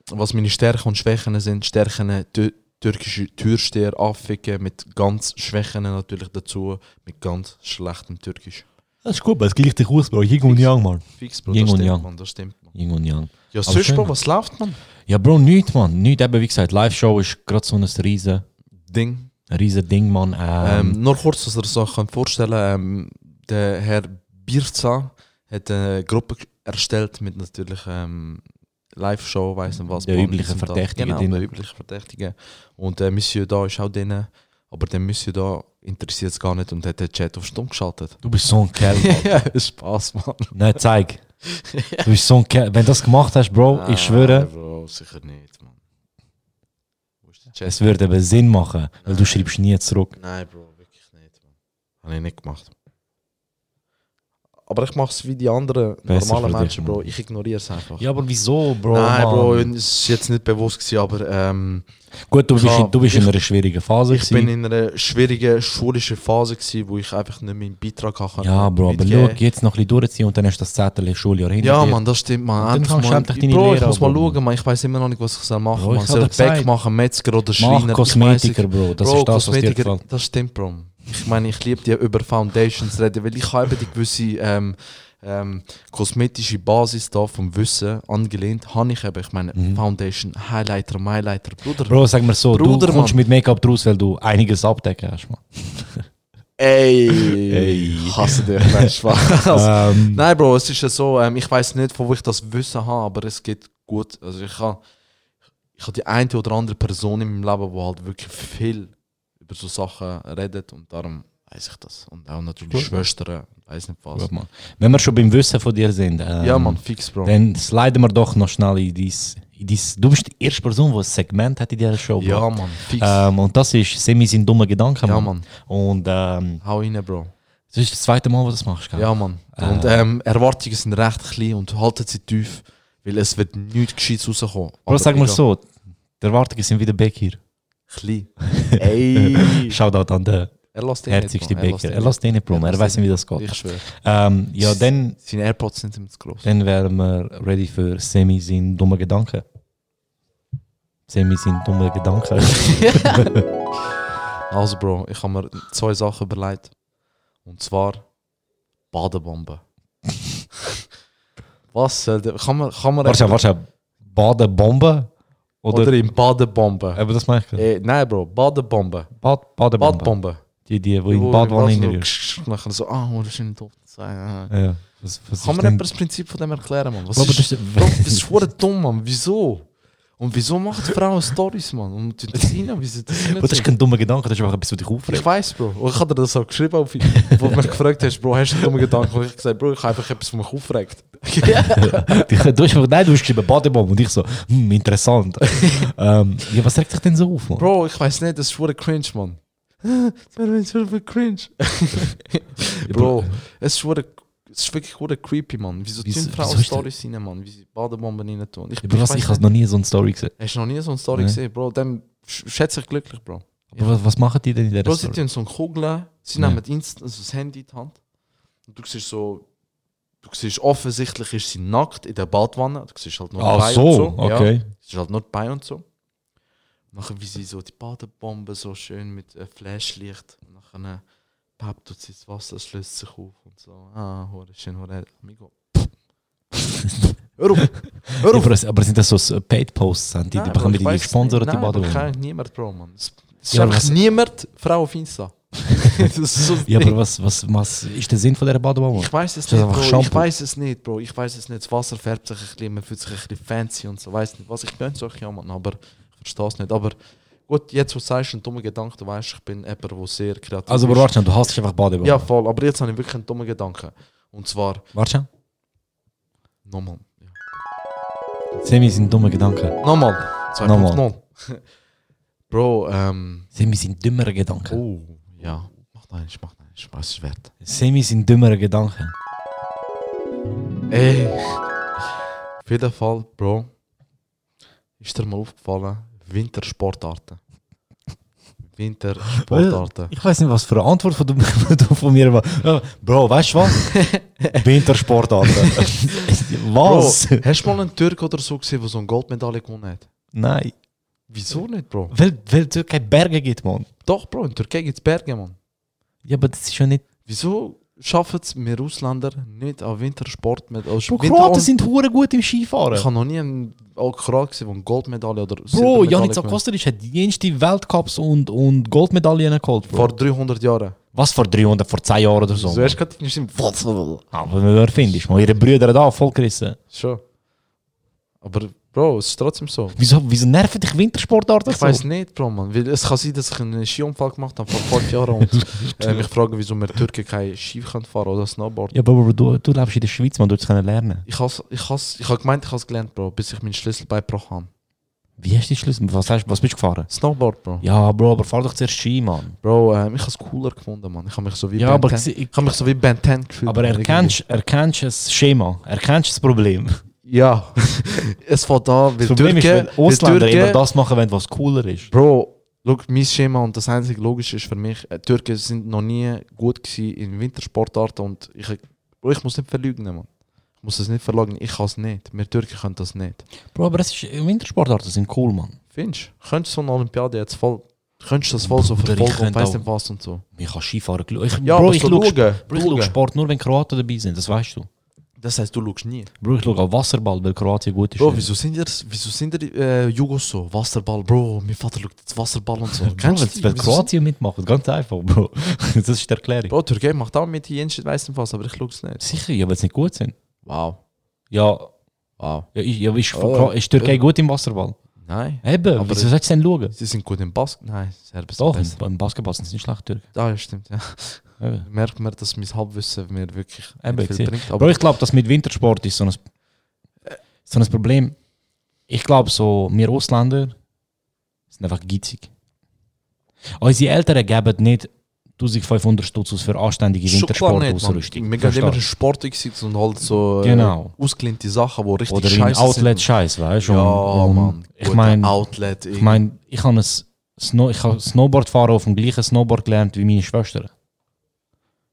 S3: Was meine Stärken und Schwächen sind, Stärken tü- türkische Türsteher anficken, mit ganz Schwächen natürlich dazu, mit ganz schlechtem Türkisch.
S9: Das ist gut, aber es gleicht dich aus, Bro. Ying und Yang, Mann.
S3: Fix, Bro,
S9: Yin
S3: das
S9: und
S3: stimmt,
S9: Yang.
S3: man, das stimmt. Man.
S9: Ying und Yang.
S3: Ja,
S9: Aber
S3: sonst,
S9: schön,
S3: Bro,
S9: Mann.
S3: was läuft, man?
S9: Ja, Bro, nichts, Mann. Nichts. Eben, wie gesagt, Live-Show ist gerade so ein riesen,
S3: Ding.
S9: riesen Ding, Mann. Ähm,
S3: Ähm, nur kurz, dass ihr es euch könnt vorstellen ähm, der Herr Birza hat eine Gruppe g- erstellt mit natürlich ähm, Live-Show, weiss nicht was.
S9: Der
S3: Bond
S9: übliche
S3: sind da.
S9: Verdächtige
S3: Genau,
S9: drin.
S3: der übliche Verdächtige. Und äh, Monsieur da ist auch drin, aber der Monsieur da interessiert es gar nicht und hat den Chat auf stumm geschaltet.
S9: du bist so ein Kerl, Mann.
S3: ja, Spaß, Mann.
S9: Nein, zeig. Du bist so ein Kerl. Wenn du das gemacht hast, Bro,
S3: Ah,
S9: ich schwöre...
S3: Bro, sicher nicht, Mann. Wo ist der Chat?
S9: Es würde eben Sinn machen, weil du schreibst nie zurück.
S3: Nein, Bro, wirklich nicht. Mann. Habe ich nicht gemacht. Aber ich mache es wie die anderen
S9: Besser für
S3: normalen
S9: dich,
S3: Menschen, Bro.
S9: Mann.
S3: Ich ignoriere es einfach.
S9: Ja, aber wieso, Bro?
S3: Nein, Bro, es war jetzt nicht bewusst, gewesen, aber ähm,
S9: Gut, du bist,
S3: Klar,
S9: in, du bist in
S3: ich-
S9: einer schwierigen Phase.
S3: ich bin in einer schwierigen schulischen Phase, gewesen, wo ich einfach nicht meinen Beitrag kann.
S9: ja, Bro, aber schau, jetzt noch ein bisschen durchziehen und dann hast du das Zettel Schuljahr hinter
S3: Ja,
S9: dir.
S3: Mann, das stimmt, Mann.
S9: dann
S3: Endlich,
S9: kannst du
S3: Mann.
S9: endlich deine
S3: Bro, ich
S9: Lehre
S3: muss mal
S9: abholen.
S3: schauen, Mann. Ich weiß immer noch nicht, was ich soll machen
S9: Bro,
S3: soll.
S9: ich hab
S3: Man soll
S9: dir
S3: ich Bäck
S9: gesagt.
S3: machen, Metzger oder Schreiner.
S9: Mach
S3: Ich weiß
S9: Kosmetiker,
S3: nicht.
S9: Bro. Das
S3: Bro,
S9: ist das, was dir
S3: Kosmetiker,
S9: gefällt.
S3: das stimmt, Bro. Ich meine, ich liebe die über Foundations reden, weil ich habe eben die gewisse ähm, ähm, kosmetische Basis da vom Wissen angelehnt habe ich eben, ich meine, Foundation, Highlighter, Mylighter, Bruder.
S9: Mhm. Bro, sag mal so,
S3: Bruder,
S9: du kommst
S3: Mann.
S9: mit Make-up draus, weil du einiges abdecken hast, man.
S3: Ey,
S9: Ey.
S3: ich hasse dich, nein, Spaß.
S9: Ähm.
S3: Nein, Bro, es ist ja so, ähm, ich weiß nicht, von wo ich das Wissen habe, aber es geht gut. Also ich habe ich hab die eine oder andere Person in meinem Leben, die halt wirklich viel über so Sachen redet und darum weiß ich das. Und auch natürlich Schwestern, weiß nicht was.
S9: Gut, Mann. Wenn wir schon beim Wissen von dir sind, ähm,
S3: Ja, Mann, fix, Bro.
S9: dann sliden wir doch noch schnell in dies, in dies. Du bist die erste Person, die ein Segment hat in dieser Show. Bro.
S3: Ja, Mann, fix.
S9: Ähm, und das ist Semi sind dumme Gedanken.
S3: Ja,
S9: Mann.
S3: Mann.
S9: Und ähm,
S3: Hau rein, Bro.
S9: das ist das zweite Mal, wo du das machst, gell?
S3: Ja, Mann. Und ähm, Erwartungen sind recht klein und haltet sie tief, weil es wird nichts Gescheites rauskommen.
S9: Bro,
S3: Aber
S9: sag mal
S3: egal.
S9: so, die Erwartungen sind wieder back hier.
S3: Klein. Ey.
S9: Shoutout an den
S3: er lässt den nicht,
S9: herzigsten
S3: Mann.
S9: Baker.
S3: den
S9: Er lässt den nicht, Bro. Er
S3: lässt
S9: weiß
S3: den
S9: nicht, wie das
S3: nicht. Ich
S9: geht.
S3: schwöre.
S9: Ähm, ja, dann,
S3: Seine AirPods sind ihm zu groß.
S9: dann wären wir ready für Semi sind dumme Gedanken. Semi sind dumme Gedanken.
S3: Also, Bro, ich habe mir zwei Sachen überlegt. Und zwar Badebombe. Was soll der? Kann man, kann man
S9: warte, warte. Badebombe? Oder,
S3: Oder in Badebombe.
S9: aber das mache ich. gerade.
S3: Äh, nein, Bro, Badebombe.
S9: Bad, Badebombe.
S3: Badebombe.
S9: Die, die, die in
S3: Wo
S9: Bad
S3: im Wasser
S9: wohnen.
S3: so
S9: irgendwie.
S3: ksch- ksch- Nachher so, ah, oh, das ist nicht doof. Kann
S9: Ja. Was, was
S3: man
S9: ist denn-
S3: etwas das Prinzip von dem erklären, Mann? Was
S9: Bro, aber
S3: ist,
S9: das-
S3: Bro, das ist voll dumm, Mann. Wieso? Und wieso macht Frauen Stories, Mann? Und die Tina, wieso das nicht
S9: Bro, das ist kein dummer Gedanke, das ist einfach etwas, was dich
S3: Ich
S9: aufregt.
S3: weiß, Bro. Und ich habe dir das auch geschrieben, auf, wo du mich gefragt hast, Bro, hast du einen dummen Gedanken? Und ich hab gesagt, Bro, ich habe einfach etwas, was mich aufregt.
S9: du hast einfach, nein, du hast geschrieben Badebombe und ich so, hm, interessant. ähm, ja, was regt dich denn so auf, Mann?
S3: Bro, ich weiß nicht, das ist voll cringe, Mann. Das ist voll cringe. Bro, es ist voll, es ist wirklich voll creepy, Mann. Wieso
S9: Wieso-
S3: tun Frauen
S9: wieso ist
S3: Stories rein, Mann? Wie sie Badebomben rein tun? Ich,
S9: Ja, Bro, was,
S3: weiß
S9: ich habe noch nie so eine Story gesehen.
S3: nicht. Hast du noch nie so eine Story
S9: Nee.
S3: gesehen, Bro? Dann sch- schätze ich glücklich, Bro.
S9: Aber was, was machen die denn in dieser
S3: Bro, sie
S9: Story?
S3: tun so eine Kugel, sie
S9: Ja.
S3: nehmen Inst also das Handy in die Hand. Und du siehst so, du siehst offensichtlich ist sie nackt in der Badwanne. Du siehst halt nur
S9: Ach
S3: die Beine
S9: so,
S3: und so. Ja,
S9: okay.
S3: du siehst halt nur die Beine und so. Nachher wie sie so die Badebombe so schön mit äh, Flashlicht. Und Nachher äh, pappt tut sie das Wasser, es löst sich auf und so. Ah, hure schön, hure amigo. Hör auf, hör
S9: Ja,
S3: auf.
S9: aber, es- aber sind das so s- Paid Posts? Haben die, die
S3: Nein, Bro,
S9: bekommen
S3: ich
S9: die
S3: weiss
S9: gesponsert,
S3: nicht.
S9: die
S3: Nein, aber
S9: Badebombe?
S3: kennt niemand, Bro, Mann. Es es ist
S9: Ja, aber
S3: einfach
S9: was-
S3: niemand Frau auf Insta. das ist so das
S9: Ja,
S3: Ding.
S9: aber was, was, was ist der Sinn von dieser Badebombe?
S3: Ich weiß
S9: Das
S3: es
S9: ist
S3: nicht,
S9: einfach
S3: Bro. Ich
S9: Shampoo.
S3: weiß es nicht, Bro. Ich weiß es nicht. Das Wasser färbt sich ein bisschen, man fühlt sich ein bisschen fancy und so. Weiß nicht, was ich gönne solche jemanden, aber ich verstehe es nicht. Aber gut, jetzt, wo du sagst, einen dummen Gedanken, du weißt, ich bin jemand, der sehr kreativ
S9: Also, aber
S3: ist.
S9: warte, schnell, du hast einfach Badebombe.
S3: Ja, voll. Aber jetzt habe ich wirklich einen dummen Gedanken. Und zwar,
S9: Warte. schnell.
S3: nochmal. Ja.
S9: Semi sind dumme Gedanken.
S3: Nochmal. 2.0.
S9: Nochmal.
S3: Bro, ähm.
S9: Semi sind dümmere Gedanken.
S3: Oh, ja. Mach nein, mach nein, Spaß ist wert.
S9: Semi sind dümmere Gedanken.
S3: Ey. Auf jeden Fall, Bro, ist dir mal aufgefallen, Wintersportarten. Wintersportarten.
S9: Ich weiß nicht, was für eine Antwort von, du, du von mir war. Ja, Bro, weißt du was? Wintersportarten.
S3: Bro,
S9: eh. was?
S3: hast du mal einen Türk oder so gesehen, der so eine Goldmedaille gewonnen hat?
S9: Nein.
S3: Wieso nicht, Bro?
S9: Weil, weil es keine Berge gibt, Mann.
S3: Doch, Bro, in Türkei gibt es Berge, Mann.
S9: Ja, aber das ist ja nicht.
S3: Wieso schaffen es wir Ausländer nicht an Wintersport mit als
S9: Bro,
S3: Winter-
S9: Kroaten sind hure gut im
S3: Ich
S9: Skifahren.
S3: habe noch nie einen Alkrat gesehen, der eine Goldmedaille oder
S9: Bro,
S3: Silbermedaille
S9: Janis
S3: gewonnen hat.
S9: Akostelic hat die jüngste Weltcups und, und Goldmedaillen geholt, Bro.
S3: Vor 300 Jahren.
S9: was vor 300, vor 10 Jahren oder so.
S3: So, hast du gerade nicht
S9: Aber wer findest du? Ihre Brüder da vollgerissen.
S3: Schon. Aber Bro, es ist trotzdem so.
S9: Wieso, wieso nerven dich Wintersportarten
S3: Ich weiß nicht, Bro, man. Weil es kann sein, dass ich einen Skiunfall gemacht habe vor fünf Jahren und äh, mich frage, wieso wir Türken kein Ski können fahren oder Snowboard.
S9: Ja, aber Bro, du, du lebst in der Schweiz, man, du hättest können lernen.
S3: Ich habe ich has, ich hab gemeint, ich habe es gelernt, Bro, bis ich meinen Schlüssel beigebracht habe.
S9: Wie hast du die Schlüssel? Was, hast, was bist du gefahren?
S3: Snowboard, Bro.
S9: Ja, Bro, aber fahr doch zuerst Ski, Mann.
S3: Bro, ähm, ich habe es cooler gefunden, man. Ich habe mich so wie
S9: Ja,
S3: Ben
S9: aber
S3: 10
S9: gse- ich-
S3: ich habe mich so wie Ben 10 gefühlt.
S9: Aber
S3: Mann,
S9: erkennst du das Schema? Erkennst du das Problem?
S3: irgendwie. Ja. es fängt an,
S9: Das
S3: weil
S9: Problem ist,
S3: Türken...
S9: wenn Ausländer
S3: weil
S9: immer
S3: Türken,
S9: das machen, wenn was cooler ist.
S3: Bro, schau, mein Schema und das einzige Logische ist für mich, äh, Türken sind noch nie gut gewesen in Wintersportarten und ich, Bro, ich muss nicht verleugnen, Mann. Ich muss es nicht verleugnen, ich kann es nicht. Wir Türken können das nicht.
S9: Bro, aber es ist, Wintersportarten sind cool, Mann.
S3: Findest du? Könntest du so eine Olympiade jetzt voll... Könntest du das voll so
S9: Bruder, ich
S3: verfolgen und
S9: könnte
S3: weiss
S9: auch-
S3: nicht was und so?
S9: Ich kann Skifahren. gelu- Ich,
S3: Ja,
S9: Bro,
S3: aber
S9: ich
S3: so
S9: schaue
S3: schauen,
S9: Bro, ich schaue
S3: schauen.
S9: Sport nur, wenn Kroaten dabei sind, das weißt du.
S3: Das heißt, du schaust nie.
S9: Bro, ich schaue auch Wasserball, weil Kroatien gut ist.
S3: Bro, wieso sind ihr, wieso sind ihr äh, Jugos so? Wasserball, Bro, mein Vater schaut jetzt Wasserball und so.
S9: Bro,
S3: du
S9: weil,
S3: die?
S9: weil
S3: Wieso sind-
S9: Kroatien mitmacht, ganz einfach, Bro. das ist die Erklärung.
S3: Bro, Türkei macht auch mit, Jens weiss nicht was, aber ich schaue es nicht.
S9: Sicher, ja, weil sie nicht gut sind.
S3: Wow,
S9: Ja,
S3: wow.
S9: ja, ich, ja ist,
S3: Oh,
S9: Kro- ist Türkei
S3: ja.
S9: gut im Wasserball?
S3: Nein.
S9: Eben,
S3: Aber-
S9: wieso sollst du denn schauen?
S3: Sie sind gut im Basket. Nein, Serben sind
S9: Doch,
S3: besser.
S9: im Basketball sind sie nicht schlecht, Türken.
S3: Ah, ja, stimmt, ja.
S9: Eben.
S3: Merkt man, dass mein Halbwissen mir wirklich
S9: Eben,
S3: nicht viel
S9: sieh.
S3: bringt.
S9: Bro,
S3: Aber
S9: ich glaube, das mit Wintersport ist so ein, so ein Problem. Ich glaube, so, wir Ausländer sind einfach geizig. Unsere Eltern geben nicht 1500 Stutz aus für anständige
S3: Schon klar nicht, Mann.
S9: Wintersportausrüstung.
S3: Wir gehen immer in
S9: Verstehst
S3: Sport exit und halt so äh,
S9: Genau.
S3: ausgelehnte Sachen, die richtig
S9: Oder in
S3: scheiße sind.
S9: Outlet-Scheiß, weißt du?
S3: Ja,
S9: und- und
S3: Mann.
S9: Ich
S3: Guter
S9: meine,
S3: Outlet.
S9: Ich meine, ich habe ein Snow ich habe Snowboard fahren auf dem gleichen Snowboard gelernt wie meine Schwestern.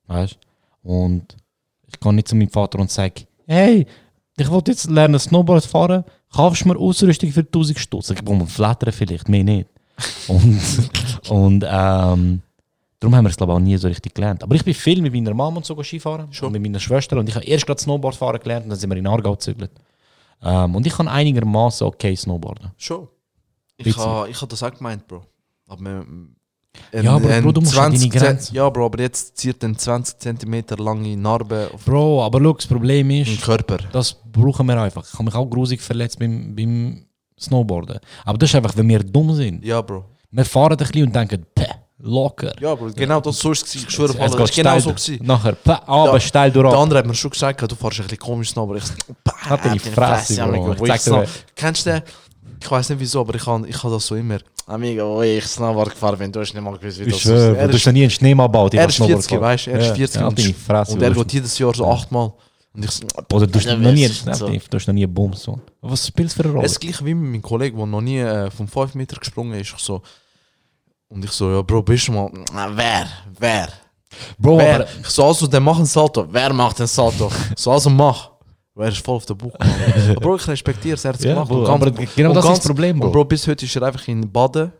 S9: Weißt du? Und ich gehe nicht zu meinem Vater und sage, hey, ich wollte jetzt lernen Snowboard fahren, kaufst du mir Ausrüstung für 1000 Stutz? Ich brauche Flattern vielleicht, mehr nicht. Und, und ähm, darum haben wir es glaube ich auch nie so richtig gelernt. Aber ich bin viel mit meiner Mama und so Skifahren, und mit meiner Schwester und ich habe erst gerade Snowboard fahren gelernt und dann sind wir in Aargau gezügelt. Ähm, und ich kann einigermaßen okay Snowboarden.
S3: Schon. Ich
S9: Witzig.
S3: habe ich ha das auch gemeint, Bro. Aber ähm,
S9: Ja, aber
S3: ein
S9: Bro, du musst an deine
S3: 20
S9: Grenzen.
S3: Ja, Bro, aber jetzt zieht eine 20 cm lange Narbe auf
S9: Bro, aber schau, das Problem ist...
S3: den Körper.
S9: Das brauchen wir einfach. Ich habe mich auch grusig verletzt beim, beim Snowboarden. dus Aber das ist einfach, wenn wir dumm sind.
S3: Ja, Bro.
S9: Wir fahren ein bisschen und denken, päh, locker.
S3: Ja, Bro, genau das so ist es. gewesen. Ich schwöre, auf
S9: es
S3: alles,
S9: geht
S3: es war genau
S9: steil.
S3: so. Gewesen.
S9: Nachher, päh, aber
S3: Ja.
S9: steil durch.
S3: Der andere hat mir schon gesagt, du fährst ein bisschen komisch, aber ich.
S9: Hat
S3: Ah,
S9: er die Fresse,
S3: ja, Amigo,
S9: Bro.
S3: wo
S9: Zeig
S3: ich
S9: dir
S3: Snow-
S9: weg.
S3: Kennst du den? Ich weiß nicht wieso, aber ich habe ich hab das so immer. Amigo, wo ich Snowboard gefahren bin, du hast nicht mal gewusst, wie
S9: Ich
S3: das
S9: schwöre,
S3: Er
S9: du hast noch nie einen Schneemann gebaut. ich
S3: er
S9: hab
S3: ist
S9: Snowboard
S3: 40,
S9: gefahren.
S3: weißt du? Er
S9: Ja,
S3: ist 40
S9: ja,
S3: und,
S9: bin ich Fresse,
S3: und er
S9: Bruder.
S3: geht jedes Jahr so achtmal. Und ich so,
S9: Oder du hast
S3: Ja,
S9: noch nie,
S3: weißt du,
S9: Nein,
S3: so.
S9: du hast noch nie einen Bumm. So. Was spielt für eine Rolle?
S3: Es ist gleich wie mit meinem Kollegen, der noch nie äh, vom 5 Meter gesprungen ist. Ich so. Und ich so, ja, Bro, bist du mal. Na, wer? Wer?
S9: Bro,
S3: wer?
S9: aber
S3: Ich so, also, der macht einen Salto. Wer macht den Salto? so, also, mach. Bro, Er ist voll auf der Buch. Mann. Bro, ich respektiere es, er hat es
S9: Ja,
S3: gemacht.
S9: Bro,
S3: Und
S9: aber genau
S3: und
S9: das ist das Problem, Bro.
S3: Und Bro, bis heute ist er einfach in Baden,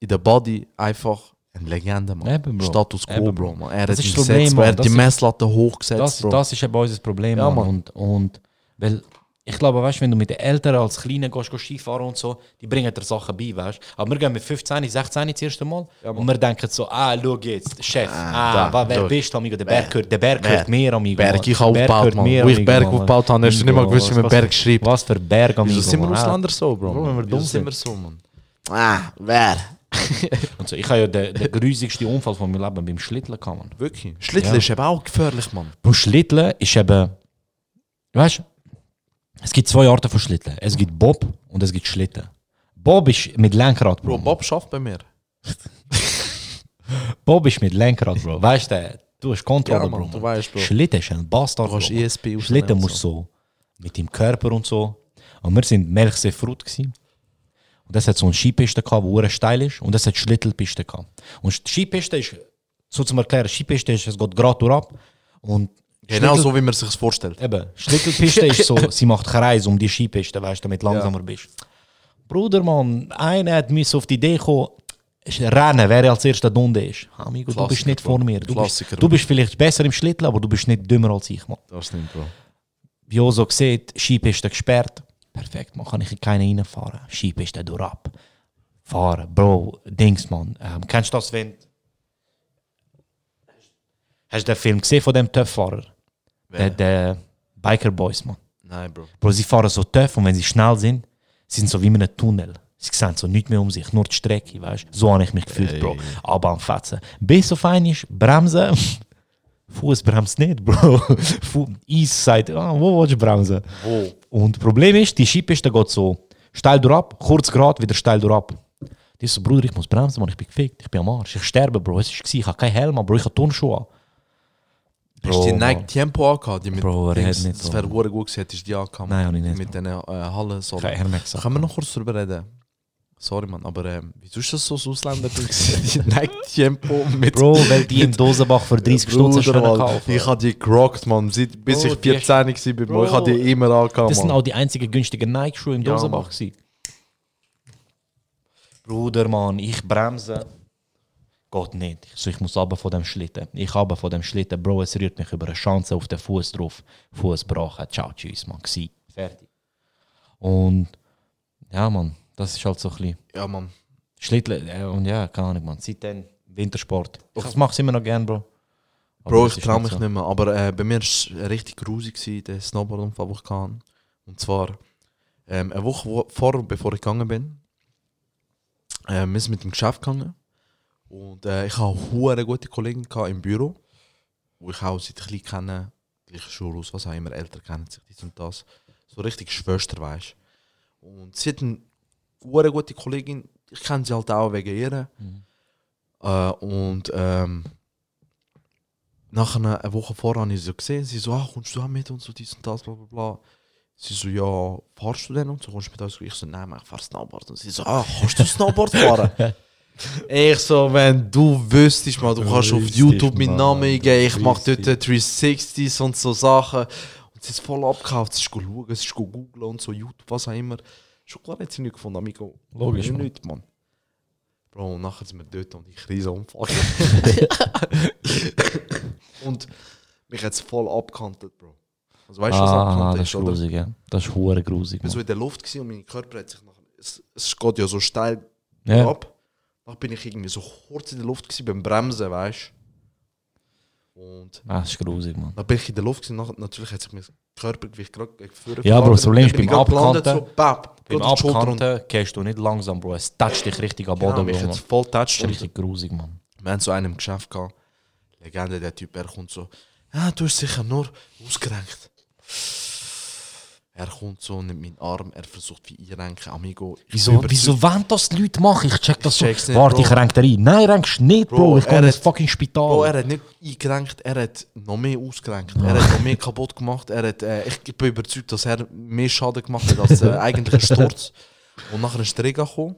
S3: in der Body, einfach eine Legende, Mann.
S9: Eben, Bro.
S3: Status Quo,
S9: Eben,
S3: Bro,
S9: Bro.
S3: Mann. Er
S9: Das
S3: hat,
S9: ist
S3: ihn
S9: das Problem,
S3: gesetzt, Bro. er
S9: Mann.
S3: hat
S9: Das
S3: die
S9: ist-
S3: Messlatte hochgesetzt,
S9: das,
S3: Bro.
S9: das ist eben unser Problem.
S3: Ja,
S9: Mann.
S3: Mann.
S9: Und, und weil ich glaube, weißt, wenn du mit den Eltern als Kleiner gehst, gehst Skifahren und so, die bringen dir Sachen bei, weißt Aber wir gehen mit 15, 16 das erste Mal und wir denken so, ah, schau jetzt, Chef, ah,
S3: da,
S9: wa- wer
S3: schau.
S9: bist du, Amigo? Der Berg gehört, der Berg gehört mir, Amigo.
S3: Berg,
S9: Mann.
S3: ich
S9: Der
S3: habe aufgebaut,
S9: gehört
S3: Mann.
S9: mir,
S3: Wo ich
S9: Amigo,
S3: Berg
S9: Mann.
S3: aufgebaut habe, hast du
S9: Amigo,
S3: nicht mal gewusst, wie man
S9: was für-
S3: Berg schreibt.
S9: Was für Berg, Amigo.
S3: Wieso sind wir
S9: Mann.
S3: Ausländer so, Bro?
S9: Bro, wenn wir
S3: Wieso
S9: dumm sind.
S3: wir so, Mann?
S6: Ah, wer?
S9: Und so, ich habe ja den, den grusigsten Unfall von meinem Leben beim Schlitteln gehabt, Mann.
S3: Wirklich? Schlitteln
S9: Ja.
S3: ist eben auch gefährlich, Mann.
S9: Bro, Schlitteln ist eben. Weißt du, es gibt zwei Arten von Schlitteln. Es gibt Bob und es gibt Schlitten. Bob ist mit Lenkrad, Bro.
S3: Bro, Bob schafft bei mir.
S9: Bob ist mit Lenkrad, Bro. Weißt du, du hast Kontrolle,
S3: Ja, Mann,
S9: Bro.
S3: du weißt, Bro.
S9: Schlitten ist ein Bastard,
S3: Du kannst
S9: Bro.
S3: ESP rausnehmen
S9: Schlitten
S3: und
S9: musst so. mit dem Körper und so. Und wir sind Melchse Frut gsi. Und das hat so eine Skipiste gehabt, die hure steil ist. Und das hat Schlittelpiste gehabt. Und die Skipiste ist, so zum Erklären, Skipiste ist, es geht gerade ab. Und
S3: Genau
S9: Schlittel-
S3: so, wie man es sich vorstellt.
S9: Eben, Schlittelpiste ist so, sie macht Kreis um die Skipiste, weißt du, damit du langsamer bist. Bruder, Mann, einer hat mich auf die Idee gekommen, ist rennen, wer als erster Dunde ist. Amigo, du bist
S3: Klassiker,
S9: nicht
S3: Bro.
S9: vor mir. Du bist,
S3: Klassiker,
S9: du
S3: Bro.
S9: bist vielleicht besser im Schlittel, aber du bist nicht dümmer als ich, Mann.
S3: Das stimmt, Bro.
S9: Joso sieht, Skipiste gesperrt. Perfekt, man kann ich keine reinfahren. Skipiste durch ab. Fahren, Bro, Dings, Mann. Ähm, kennst du das, wenn. Hast du den Film gesehen von dem Töfffahrer? Der, der Biker Boys, Mann.
S3: Nein, Bro.
S9: Bro, sie fahren so tief und wenn sie schnell sind, sie sind so wie in einem Tunnel. Sie sehen so nichts mehr um sich, nur die Strecke, weißt du? So habe ich mich gefühlt, Bro. Aber am Fetzen. Bis auf einmal bremsen. Fuß bremst nicht, Bro. Fu Eis sagt, ah, wo willst du bremsen?
S3: Wo?
S9: Und Problem ist, die Skipiste geht so steil durchab, kurz gerade, wieder steil durchab. Die ist so, Bruder, ich muss bremsen, Mann, ich bin gefickt, ich bin am Arsch, ich sterbe, Bro. Es war, ich habe keinen Helm, an, Bro, ich habe Turnschuhe. an.
S3: Hast du die
S9: Mann.
S3: Nike Tempo angehabt? Die mit
S9: Bro, er
S3: Dings?
S9: hat nicht
S3: Das
S9: so.
S3: wäre hure gut gewesen, hättest du die angehabt.
S9: Nein, hab ich nicht,
S3: Mit diesen äh, Hallen. So.
S9: Kein Hermex.
S3: Können wir noch kurz drüber reden? Sorry, Mann, aber ähm, wieso ist das so ein Ausländer? die Nike Tempo mit...
S9: Bro, weil die im Dosenbach für 30 Stutz hast
S3: Bruder,
S9: können
S3: Mann,
S9: kaufen.
S3: Ich habe die gerockt, Mann, seit, bis
S9: Bro,
S3: ich 14 war. Bro. Ich habe die immer angehabt,
S9: Das sind
S3: Mann.
S9: auch die einzigen günstigen Nike-Schuhe im
S3: Ja,
S9: Dosenbach
S3: Mann.
S9: gewesen. Bruder, Mann, ich bremse. Geht nicht. Ich, so, ich muss aber von dem Schlitten. Ich habe von dem Schlitten, Bro, es rührt mich über eine Chance auf den Fuß drauf. Fuß brach. Ciao, tschüss, man. Gsi. Fertig. Und ja, man, das ist halt so ein bisschen.
S3: Ja, Mann.
S9: Schlitteln, äh, und ja, keine Ahnung, man. Seitdem Wintersport. Ich mache es immer noch gern, Bro. Aber
S3: Bro,
S9: es
S3: ich
S9: ist
S3: traue
S9: nicht
S3: mich
S9: so.
S3: nicht mehr. Aber äh, bei mir war es richtig grusig, gewesen, der Snowboard-Unfall, den ich hatte. Und zwar, ähm, eine Woche wo- vor, bevor ich gegangen bin, äh, wir sind mit dem Geschäft gegangen. Und äh, ich hatte hure gute Kollegen gehabt im Büro, wo ich auch seit klein kenne, gleiche Schule aus, was auch immer, Eltern kennen sich, dies und das. So richtig Schwester, weißt du. Und sie hat eine hure gute Kollegin, ich kenne sie halt auch wegen ihr. Äh, und ähm, nach einer eine Woche vorher habe ich sie gesehen. Sie so, ah, kommst du auch mit und so dies und das, bla bla bla. Sie so, ja, fahrst du denn und so kommst du mit uns? Ich so, nein, Mann, ich fahre Snowboard. Und sie so, ah, kannst du Snowboard fahren? ich so, wenn du wüsstest, mal, du kannst auf
S9: Wüsstest,
S3: YouTube meinen Namen
S9: Mann,
S3: eingeben, ich mache dort
S9: wüsstest.
S3: 360s und so Sachen. Und sie ist voll abgekauft, sie ist schauen, sie ist googeln und so, YouTube, was auch immer. Schon klar hat sie nicht gefunden, Amigo.
S9: Logisch,
S3: Ich
S9: Mann.
S3: Nicht, Mann. Bro, und nachher sind wir dort und ich riesen Unfall. und mich hat es voll abgekantet, Bro. Also weißt du, was
S9: Ah,
S3: abkantet
S9: das ist
S3: ist, oder? Ich
S9: grusig, ja. Das ist hure grusig.
S3: bin so
S9: Mann.
S3: in der Luft gewesen und mein Körper hat sich nachher. Es, es geht ja so steil
S9: Ja.
S3: ab. Dann bin ich irgendwie so kurz in der Luft gewesen beim Bremsen, weißt du? Und
S9: Ah, Das ist grusig, Mann.
S3: dann bin ich in der Luft gewesen. Nachher, natürlich hat sich mein Körpergewicht gerade gegen vorne
S9: Ja, aber das
S3: verlagert.
S9: Problem ist,
S3: Dann bin
S9: beim
S3: ich gerade gelandet,
S9: Abkanten-
S3: So, bap,
S9: Beim
S3: gerade die Schulter und-
S9: Abkanten gehst du nicht langsam, Bro. Es tätscht dich richtig am
S3: Genau,
S9: Boden,
S3: mich
S9: Bro.
S3: hat
S9: Mann.
S3: es voll
S9: Das
S3: getatscht.
S9: ist
S3: und-
S9: richtig grusig, Mann.
S3: Wir haben so einen im Geschäft gehabt. Legende, der Typ, er kommt so, ja, du hast sicher nur ausgerenkt. Er kommt so, nimmt meinen Arm, er versucht wie einrenken, Amigo. ich
S9: Wieso,
S3: bin überzeugt-
S9: wieso wollen das die Leute machen? Ich check das
S3: Ich
S9: so.
S3: check's nicht,
S9: Warte,
S3: Bro.
S9: ich renk da rein. Nein, renkst nicht, Bro.
S3: Bro,
S9: ich gehe
S3: er
S9: ins
S3: hat-
S9: fucking Spital.
S3: Bro, er hat nicht eingerenkt, er hat noch mehr ausgerenkt. Er hat noch mehr kaputt gemacht. Er hat, äh, ich bin überzeugt, dass er mehr Schaden gemacht hat als der eigentliche Sturz. Und nachher ist der Rega gekommen.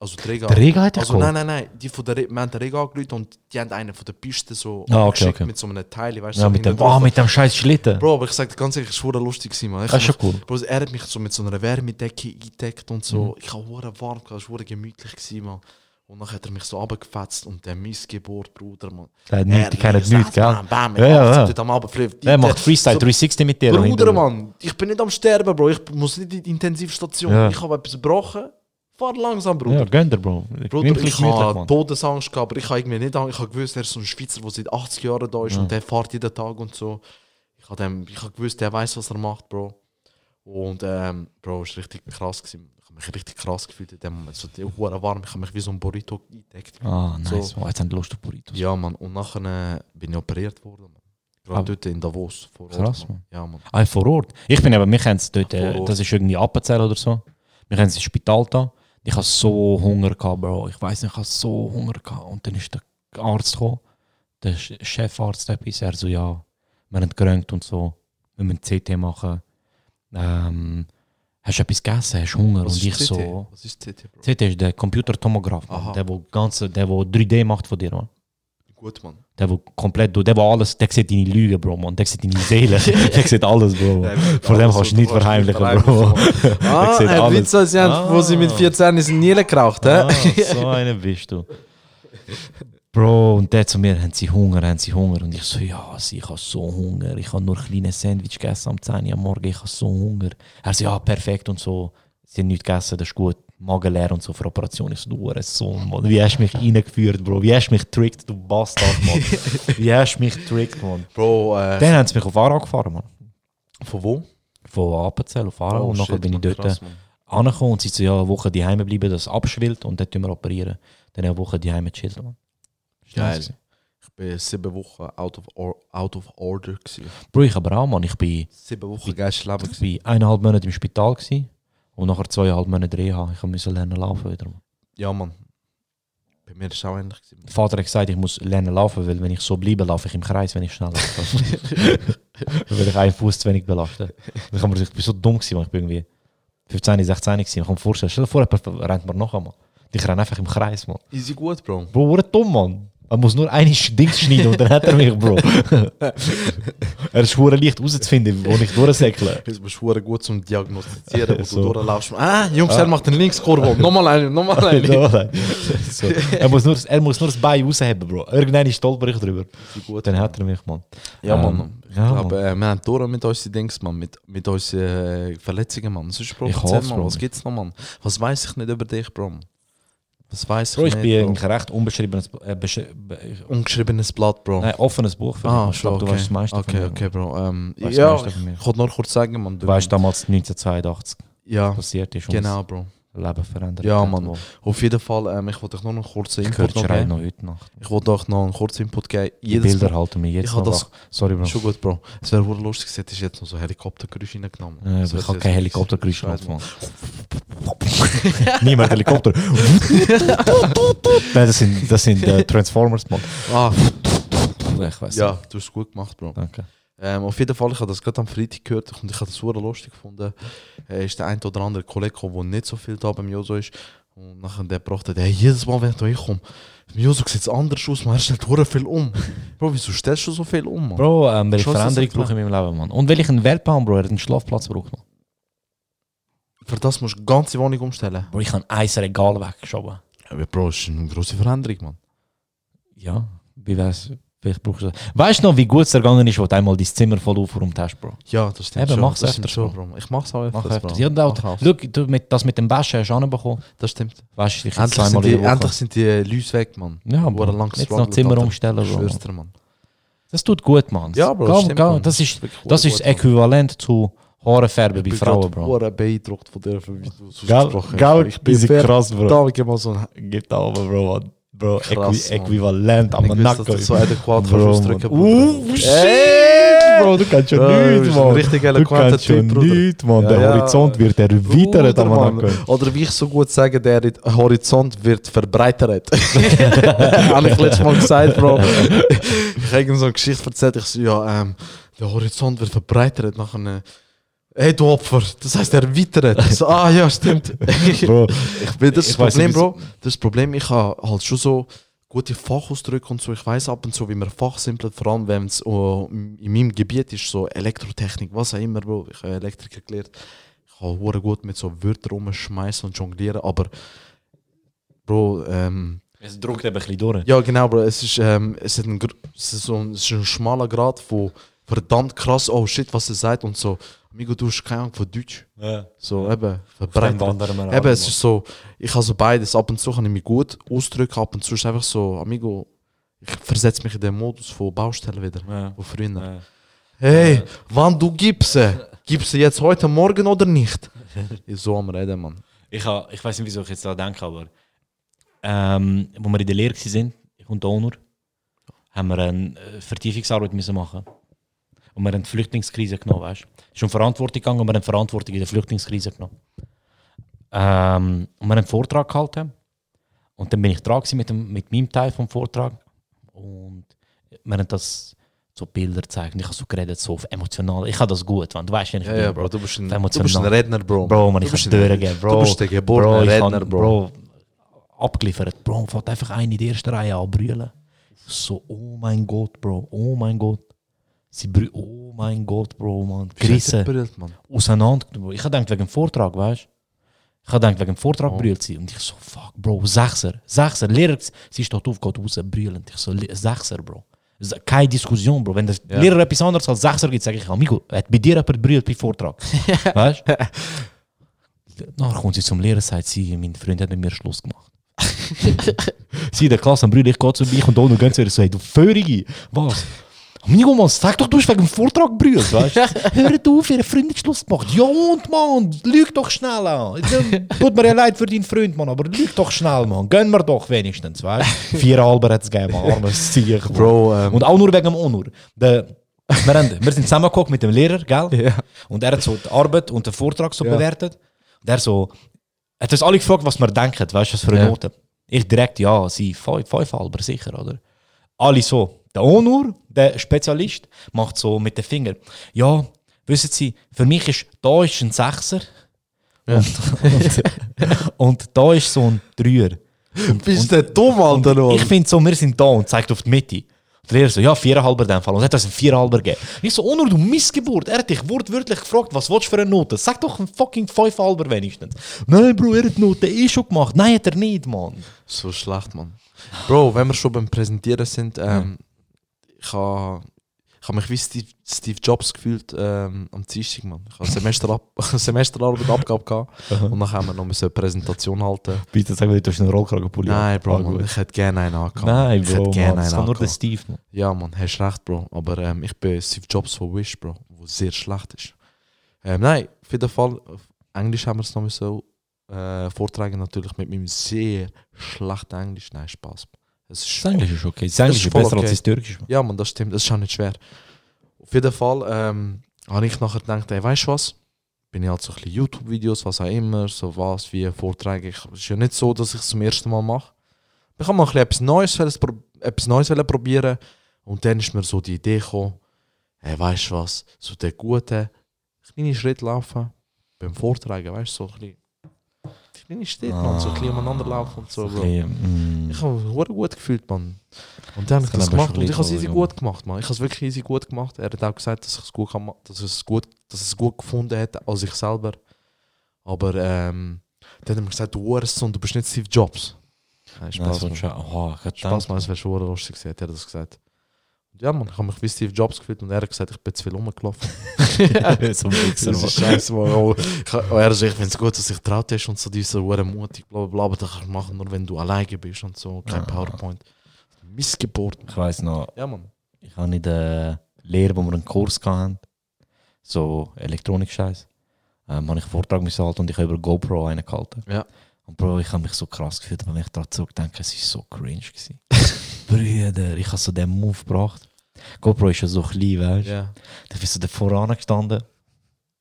S3: Also der Rega.
S9: Der Rega hat dich
S3: also,
S9: geholt?
S3: Nein, nein, nein. Die von der, Re- wir haben den Rega angerufen und die haben einen von der Piste so
S9: Ah, okay,
S3: abgeschickt
S9: okay.
S3: mit so einem Teil. Weißt, du,
S9: ja,
S3: so
S9: mit dem,
S3: hinten
S9: oh,
S3: drauf.
S9: mit dem scheiß Schlitten.
S3: Bro, aber ich sag dir ganz ehrlich, es war verdammt lustig, gewesen, Mann. Ich
S9: Das ist
S3: hab
S9: schon
S3: mich-
S9: cool. Mhm.
S3: Bro, er hat mich so mit so einer Wärmedecke eingedeckt und so. Ich habe hure warm, gehabt, es war hure gemütlich, gewesen, Mann. Und dann hat er mich so abgefetzt und der Missgeburt, Bruder, Mann.
S9: Der hat nichts,
S3: Er
S9: der kennt
S3: liegt
S9: nichts,
S3: auf,
S9: gell?
S3: Bam, bam,
S9: Ja, ja, ja.
S3: ja, am Abend fliegt.
S9: Er macht Freestyle
S3: so,
S9: 360 mit dir.
S3: Bruder,
S9: hinterher.
S3: Mann, ich bin nicht am Sterben, Bro. Ich muss nicht in die Intensivstation.
S9: Ja.
S3: Ich habe etwas gebrochen. Fahr langsam, Bruder.
S9: Ja, gönn dir, Bro.
S3: Bruder,
S9: Wirklich
S3: ich
S9: gemütlich,
S3: habe
S9: Mann.
S3: Todesangst gehabt, aber ich habe irgendwie nicht Angst. Ich habe gewusst, er ist so ein Schweizer, der seit 80 Jahren da ist und der fährt jeden Tag und so. Ich habe, dem, ich habe gewusst, der weiß, was er macht, Bro. Und ähm, Bro, es war richtig krass. Gewesen. Ich habe mich richtig krass gefühlt in dem Moment. So die Hure warm, ich habe mich wie so ein Burrito eingedeckt.
S9: Ah, nice.
S3: So.
S9: Oh, jetzt haben die Lust auf Burritos.
S3: Ja, Mann. Und nachher äh, bin ich operiert worden. Mann. Gerade
S9: Aber-
S3: dort in Davos. Vor
S9: Krass, Mann.
S3: Mann. Ja, Mann.
S9: Ah, vor Ort. Ich bin eben, wir kennen es dort,
S3: Ah, Vor
S9: äh,
S3: Ort.
S9: das ist irgendwie Appenzell oder so. Wir kennen es im Spital da. Ich hatte so Hunger, gehabt, Bro. Ich weiß nicht, ich hatte so Hunger. Gehabt. Und dann ist der Arzt gekommen, der Sch- Chefarzt, etwas. Er so, ja, wir haben gerönt und so. Wir müssen CT machen. Ähm, hast du etwas gegessen? Hast du Hunger?
S3: Was
S9: und
S3: ist
S9: ich
S3: CT?
S9: so.
S3: Was ist CT, Bro?
S9: CT ist der Computertomograph, Mann.
S3: Aha.
S9: der, wo ganze, der wo 3D macht von dir, Mann.
S3: Gut, Mann.
S9: Der, wo komplett, du- der, wo alles, der sieht deine Lügen, Bro, man. Der sieht deine Seele. der sieht alles, Bro.
S3: Der sieht
S9: Vor dem kannst
S3: alles,
S9: du
S3: was
S9: nicht
S3: du
S9: verheimlichen,
S3: kannst
S9: Bro.
S3: verheimlichen.
S9: Der sieht alles.
S3: sie
S9: haben, wo sie mit Ah.
S3: 14 ist Niele geraucht,
S9: Ah, so einer bist du. Bro, und der zu mir, haben sie Hunger, haben sie Hunger? Und ich so, ja, sie, ich habe so Hunger. Ich habe nur ein kleines Sandwich gegessen am 10 Uhr am Morgen, ich habe so Hunger. Er so, ja, perfekt und so. Sie haben nichts gegessen, das ist gut. Magen leer und so für Operation. Ich so, du Sohn, Mann. Wie hast du mich reingeführt, Bro? Wie hast du mich trickt, du Bastard, Mann? Wie hast du mich trickt, Mann?
S3: Bro, äh,
S9: Dann haben sie mich auf Aarau gefahren, Mann.
S3: von wo?
S9: Von Appenzell auf Aarau. und nachher
S3: Oh, shit,
S9: bin ich
S3: Mann,
S9: dort äh,
S3: krass, Mann.
S9: angekommen und sie so, ja, eine Woche daheim bleiben, das abschwillt und dann tun wir operieren. Dann eine Woche daheim chillen. Mann. Ist nice
S3: Geil.
S9: gewesen.
S3: Ich bin sieben Wochen eh, out of, or out of order. Gewesen.
S9: Bro, ich aber auch, Mann. Ich bin,
S3: Sieben Wochen geilstes Leben.
S9: ich bin eineinhalb Monate im Spital gewesen, und nachher zweieinhalb Monate Reha. Ich musste lernen laufen wieder. Mann.
S3: Ja, Mann. Bei mir ist es auch ähnlich. Gewesen.
S9: Der Vater hat gesagt, ich muss lernen laufen, weil wenn ich so bleibe, laufe ich im Kreis, wenn ich schnell laufe. weil ich einen Fuß zu wenig belaste. Ich, hab mir gesagt, ich bin so dumm gewesen, Mann. ich bin irgendwie 15, 16 gewesen. Ich kann mir vorstellen, stell dir vor, jemand rennt mir noch einmal. Ich renne einfach im Kreis, Mann.
S3: Easy gut, Bro.
S9: Bro, wurde dumm, Mann. Man muss nur eine Sch- Dings schneiden und dann hat er mich, Bro. er ist schwer leicht rauszufinden, wo ich durchsäckle.
S3: Du bist verdammt gut zum Diagnostizieren, wo
S9: So.
S3: du durchlaufst. Ah, Jungs, er macht den Linkskurve. Nochmal eine, nochmal eine.
S9: so. er, muss nur, er muss nur das Bein rausheben, Bro. Irgendeine stolper ich drüber.
S3: Gut.
S9: Dann hat er mich, Mann.
S3: Ja,
S9: Ähm,
S3: Mann. Ich
S9: ja,
S3: glaube, äh, wir haben durch mit unseren Dings, Mann. Mit, mit unseren äh, Verletzungen, Mann. Sonst, Bro,
S9: Ich
S3: erzähl
S9: hoffe,
S3: mal,
S9: Bro.
S3: was gibt's noch, Mann? Was weiß ich nicht über dich, Bro? Was weiß ich
S9: Bro, ich
S3: nicht,
S9: bin
S3: Bro?
S9: eigentlich ein recht unbeschriebenes, äh, besch- be-
S3: Ungeschriebenes Blatt, Bro.
S9: nein, offenes Buch für
S3: Ah,
S9: dich. Ich glaube, du
S3: schon, okay.
S9: weißt das meiste von
S3: Okay,
S9: mir.
S3: okay, Bro. Ähm,
S9: Weißt du
S3: ja,
S9: das meiste
S3: ich
S9: von mir?
S3: wollte nur kurz sagen, Mann.
S9: Du weißt damals 1982
S3: ja,
S9: passiert ist und
S3: genau, Bro.
S9: das Leben verändert
S3: Ja,
S9: hat,
S3: Mann.
S9: Bro.
S3: Auf jeden Fall, ähm, ich wollte euch nur einen kurzen
S9: Ich
S3: Input
S9: höre die
S3: noch
S9: Schreie
S3: geben.
S9: noch heute Nacht.
S3: Ich wollte euch noch einen kurzen Input geben.
S9: Die
S3: Jedes
S9: Bilder halten mich jetzt
S3: Ich
S9: noch
S3: hab das-
S9: wach. Sorry, Bro.
S3: Schon gut, Bro. Es wäre wohl lustig, es hättest jetzt noch so Helikoptergeräusche reingenommen.
S9: Ja, aber
S3: Das
S9: ich
S3: wär
S9: habe
S3: sehr-
S9: kein Helikoptergeräusch
S3: Scheiß,
S9: gemacht, Mann. Niemand Helikopter. Nein, das sind, das sind äh, Transformers, Mann.
S3: Ah,
S9: Ich weiß
S3: ja, du hast es gut gemacht, Bro.
S9: Danke.
S3: Ähm, auf jeden Fall, ich habe das gerade am Freitag gehört und ich habe das super lustig gefunden. Äh, ist der ein oder andere Kollege gekommen, der nicht so viel da beim Joso ist. Und nachher der brachte, hey, jedes Mal, wenn ich da hinkomme, beim Joso sieht es anders aus, man er stellt hure viel um. Bro, wieso stellst du so viel um, Mann?
S9: Bro, ähm, welche
S3: Schon so
S9: Veränderung
S3: klar.
S9: brauche ich in meinem Leben, Mann? Und weil ich einen Wert habe, Bro, er hat einen Schlafplatz braucht, Mann.
S3: Für das musst du die ganze Wohnung umstellen.
S9: Bro, ich habe ein Regal weggeschoben.
S3: Aber Bro, das ist eine grosse Veränderung, Mann.
S9: Ja, wie wär's? Vielleicht brauchst du das. Weißt du noch, wie gut es ergangen ist, wo du einmal dein Zimmer voll aufgeräumt hast, Bro?
S3: Ja, das stimmt
S9: Eben,
S3: schon.
S9: mach's
S3: das stimmt
S9: öfters,
S3: schon, Bro. Ich mach's auch öfters,
S9: Mach öfters.
S3: Bro.
S9: Ja, und
S3: Mach
S9: auch,
S3: öfters.
S9: schau, du, mit, das mit dem Waschen hast du anbekommen.
S3: Das stimmt.
S9: Wasch dich jetzt
S3: Endlich sind,
S9: zweimal
S3: die,
S9: in der Woche.
S3: endlich sind die Leute weg, Mann.
S9: Ja,
S3: Wo
S9: Bro.
S3: er lang
S9: Jetzt noch
S3: gestruggelt
S9: Zimmer
S3: hat.
S9: umstellen,
S3: Ich
S9: Bro.
S3: schwör's dir, Mann.
S9: Das tut gut, Mann.
S3: Ja, Bro,
S9: Geh-
S3: das stimmt,
S9: geh,
S3: Mann.
S9: das ist,
S3: Wirklich
S9: das
S3: gut,
S9: ist
S3: Mann.
S9: äquivalent zu Haarenfärben bei
S3: bin
S9: Frauen,
S3: grad
S9: Bro.
S3: hure beeindruckt von der, wie du es
S9: Gell,
S3: ausgesprochen
S9: gell,
S3: hast. Ich bin
S9: diese krass, Bro.
S3: Da ich mal so ein
S9: Geht aber, Bro. Mann. Bro,
S3: Krass, Mann.
S9: äquivalent,
S3: Ich wüsste, dass du so
S9: Bro,
S3: adäquat kannst ausdrücken
S9: Mann.
S3: Bruder.
S9: Uh, shit,
S3: Ey!
S9: Bro, du kannst schon
S3: Ja, du
S9: nichts,
S3: bist
S9: Mann.
S3: ein richtig
S9: Du
S3: eloquenter
S9: kannst schon
S3: Typ, Bruder.
S9: nichts, Mann.
S3: Ja,
S9: der
S3: ja.
S9: Horizont wird erweitert,
S3: Bruder,
S9: am
S3: Mann. Oder wie ich so gut sage, der Horizont wird verbreitert. Habe ich letztes Mal gesagt, Bro. ich habe irgend so eine Geschichte erzählt, ich so, ja, ähm, der Horizont wird verbreitert nach einem. eh, Hey, du Opfer, das heißt erweitert. Ich so, ah, ja, stimmt.
S9: Bro,
S3: Weil das
S9: Ich
S3: ist das
S9: weiss
S3: Problem,
S9: nicht,
S3: Bro. Das Problem, ich habe halt schon so gute Fachausdrücke und so. Ich weiß ab und zu, wie man fachsimpelt, vor allem wenn es uh, in meinem Gebiet ist, so Elektrotechnik, was auch immer, Bro. Ich habe Elektriker gelernt. Ich kann hure gut mit so Wörtern rumschmeißen und jonglieren, aber Bro, ähm,
S9: es druckt eben ein bisschen durch.
S3: ja genau, Bro, es ist, ähm, es, hat ein, gr- es ist so ein, es ist ein schmaler Grad von verdammt krass, oh shit, was er sagt und so. Amigo, du hast keine Ahnung von Deutsch.
S9: Ja.
S3: So, eben, verbreitet.
S9: wandern wir
S3: Eben,
S9: alle,
S3: es ist so, ich habe so beides. Ab und zu kann ich mich gut ausdrücken, ab und zu ist einfach so, Amigo, ich versetze mich in den Modus von Baustelle wieder,
S9: Ja.
S3: von früher.
S9: Ja.
S3: Hey, wann du gibst, äh, gibst du jetzt heute Morgen oder nicht? Ich so am Reden, Mann.
S9: Ich, ha, ich weiß nicht, wieso ich jetzt daran denke, aber ähm, wo wir in der Lehre waren, ich und der Onur, haben wir eine äh, Vertiefungsarbeit müssen machen. Und wir haben die Flüchtlingskrise genommen, weißt du? Es ist um Verantwortung gegangen und wir haben Verantwortung in der Flüchtlingskrise genommen. Ähm, und wir haben einen Vortrag gehalten. Und dann bin ich dran gewesen mit, dem, mit meinem Teil vom Vortrag. Und wir haben das so Bilder gezeigt. Und ich habe so geredet, so auf emotional. Ich habe das gut, weil du weißt, wenn ich
S3: Ja,
S9: bin,
S3: ja, Bro, du bist ein, du
S9: Emotional.
S3: bist ein Redner, Bro.
S9: Bro, man, ich
S3: Du
S9: kann
S3: bist
S9: durchgehen, Bro.
S3: Du bist der geborene
S9: ich
S3: Redner,
S9: hab-
S3: Bro.
S9: Abgeliefert, Bro. Fällt einfach eine in der ersten Reihe an brüllen. So, oh mein Gott, Bro. Oh mein Gott. Sie brüllen, oh mein Gott, Bro, man.
S3: Gerissen.
S9: Gerissen. Auseinander. Ich hab gedacht, wegen dem Vortrag, weißt du? Ich hab gedacht, wegen dem Vortrag
S3: Oh.
S9: brüllt sie. Und ich so, fuck, Bro, Sechser. Sechser. Lehrer, sie steht auf, geht raus, brüllend. Ich so, Le- Sechser, Bro. S- Keine Diskussion, Bro. Wenn der
S3: Ja.
S9: Lehrer etwas anderes als Sechser gibt, sage ich, Amigo, hat bei dir jemand brüllt bei Vortrag. weißt du? Dann kommt sie zum Lehrer und sagt, sie, mein Freund hat mit mir Schluss gemacht. sie in der Klasse am Brüllen, ich gehe zu mich und Dono ganz ehrlich so, hey, du Föhrige, was? Amigo, Mann, sag doch, du hast wegen dem Vortrag brüllt, weißt du? Hört auf, ihr Freund hat Schluss gemacht. Ja und, Mann, lüg doch schnell an. Tut mir ja leid für deinen Freund, Mann, aber lüg doch schnell, Mann. Gönn mir doch wenigstens, weißt du? Vier halber hat es gegeben, Mann, armes Zieg.
S3: Bro, ähm,
S9: Und auch nur wegen dem Onur. Der, wir, haben, wir sind zusammengeguckt mit dem Lehrer, gell? Und er hat so die Arbeit und den Vortrag so bewertet. Und er so, hat uns alle gefragt, was wir denken, weißt du, was für eine
S3: Ja.
S9: Note. Ich direkt, ja, sie fünf, fünf halber sicher, oder? Alle so. Der Onur, der Spezialist, macht so mit den Fingern. Ja, wissen Sie, für mich ist, da ist ein Sechser. Und, und, und da ist so ein Dreier.
S3: Bist du dumm, Alter? Mann?
S9: Ich finde so, wir sind da und zeigt auf die Mitte. Und der Lehrer so, ja, viereinhalber in dem Fall. Und es hat uns einen viereinhalber gegeben. Und ich so, Onur, du Missgeburt. Er hat dich wortwörtlich gefragt, was willst du für eine Note? Sag doch einen fucking fünfeinhalber wenigstens. Nein, Bro, er hat die Note eh schon gemacht. Nein, hat er nicht, Mann.
S3: So schlecht, Mann. Bro, wenn wir schon beim Präsentieren sind, ähm, ich habe ich hab mich wie Steve, Steve Jobs gefühlt ähm, am Dienstag, Mann. Ich habe Semesterab Semesterarbeitabgabe gehabt und dann haben wir noch müssen eine Präsentation halten.
S9: Bitte sag mir, du hast einen Rollkragenpulli.
S3: Nein, Bro,
S9: Ah, gut.
S3: Mann, ich hätte gerne einen angehabt.
S9: Nein,
S3: ich hätte
S9: Bro,
S3: gerne
S9: Mann, das
S3: einen
S9: kann nur der
S3: angehabt.
S9: Steve, Mann.
S3: Ja, Mann, hast recht, Bro. Aber ähm, ich bin Steve Jobs von Wish, Bro, wo sehr schlecht ist. Ähm, nein, auf jeden Fall, auf Englisch haben wir es noch so äh, vortragen, natürlich mit meinem sehr schlechten Englisch. Nein, Spaß. Es ist
S9: Das Englisch ist okay. Das
S3: Das
S9: Englisch
S3: ist
S9: ist
S3: voll
S9: besser
S3: okay.
S9: dus als das Türkisch, Mann.
S3: Ja, man, das stimmt, das ist auch nicht schwer. Auf jeden Fall ähm, habe ich nachher gedacht, ey, weißt du was? Bin ich halt so ein bisschen YouTube-Videos, was auch immer, so was, wie Vorträge. Ich, es ist ja nicht so, dass ich es zum ersten Mal mache. Ich habe mal ein bisschen etwas Neues, wollen pro- etwas Neues wollen probieren und dann ist mir so die Idee gekommen, ey, weißt du was? So der gute, kleine Schritt laufen beim Vortragen, weißt du, so ein bisschen. Kleine Schritt, man, so ein bisschen umeinander laufen und Ah, so, Bro.
S9: Okay, mm.
S3: Ich habe es gut gefühlt, Mann. Und dann habe ich
S9: kann
S3: das
S9: aber
S3: gemacht
S9: schon
S3: und ich habe es
S9: leiden,
S3: easy
S9: Junge.
S3: gut gemacht, Mann. Ich habe es wirklich easy gut gemacht. Er hat auch gesagt, dass ich es gut, kann, ma- dass ich es gut, dass ich es gut gefunden hätte als ich selber. Aber ähm, dann hat er mir gesagt, du warst und du bist nicht Steve Jobs. Nein,
S9: Nein,
S3: Spaß,
S9: so ein
S3: Mann.
S9: Scha- Oh, ich hab
S3: Spaß,
S9: gedacht,
S3: Mann. Es wäre schon lustig gewesen, hat er das gesagt. Und ja, Mann, ich habe mich wie Steve Jobs gefühlt und er hat gesagt, ich bin zu viel rumgelaufen.
S9: so ein Wichser,
S3: Das
S9: Mann.
S3: ist scheiße, Mann. Oh, ich, oh, er sagt, ich finde es gut, dass ich traut hast und so diese Uhren mutig, bla bla bla, aber das kannst du machen, nur wenn du alleine bist und so, kein PowerPoint. Missgeburt.
S9: Ich weiss noch,
S3: Ja, Mann.
S9: ich habe in der Lehre, wo wir einen Kurs hatten, so Elektronik-Scheiß, ähm, habe ich einen Vortrag müssen halten und ich habe über GoPro einen gehalten.
S3: Ja.
S9: Und Bro, ich habe mich so krass gefühlt, wenn ich daran zurückdenke, es war so cringe. Gewesen. Brüder, ich habe so den Move gebracht. GoPro ist ja so klein, weißt du?
S3: Ja.
S9: Dann bist du da voran gestanden.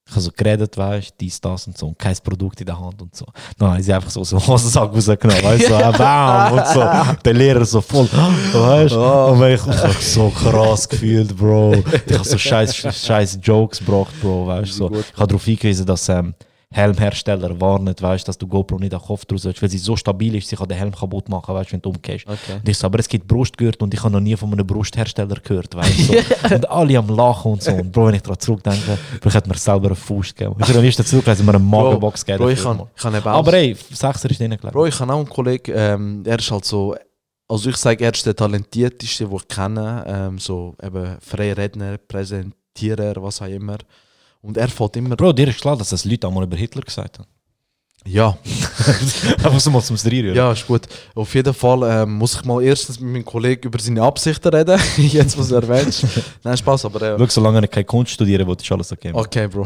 S9: Ich habe so geredet, weißt du, dies, das und so. Und kein Produkt in der Hand Nou, und so. Dann haben sie einfach so so einen Hosensack rausgenommen, weißt du, so, ah, bam und so. Der Lehrer so voll, weißt du. Und wenn ich, ich hab so krass gefühlt, Bro. Ich habe so scheiß, scheiß Jokes gebracht, Bro, weißt du. So. Ich habe darauf hingewiesen, dass ähm, Helmhersteller warnen, weißt du, dass du GoPro nicht an den Kopf draus sollst, weil sie so stabil ist, sie kann den Helm kaputt machen, weißt du, wenn du umgehst.
S3: Okay.
S9: Und ich so, aber es gibt Brustgürtel und ich habe noch nie von einem Brusthersteller gehört, weißt du. So. und alle am Lachen und so. Und Bro, wenn ich daran zurückdenke, Bro, ich hätte mir selber einen Fuß gegeben. Ich hätte am liebsten zurückgelesen, mir eine Magenbox gegeben.
S3: Bro, ich
S9: dafür,
S3: kann,
S9: Mann.
S3: ich kann eben auch-
S9: Aber ey, Sechser ist drin gelegt.
S3: Bro, ich habe auch einen Kollegen, ähm, er ist halt so, also ich sage, er ist der talentierteste, den ich kenne, ähm, so eben Freiredner, Präsentierer, was auch immer. Und er fährt immer.
S9: Bro, dir ist klar, dass das Leute einmal über Hitler gesagt haben.
S3: Ja,
S9: Einfach so mal zum Reinrühren.
S3: ja, ist gut. Auf jeden Fall ähm, muss ich mal erstens mit meinem Kollegen über seine Absichten reden, jetzt was er erwähnt. Nein, Spaß, aber. Äh,
S9: Schau, solange er keine Kunst studieren will, ist alles okay. Mann.
S3: Okay, Bro.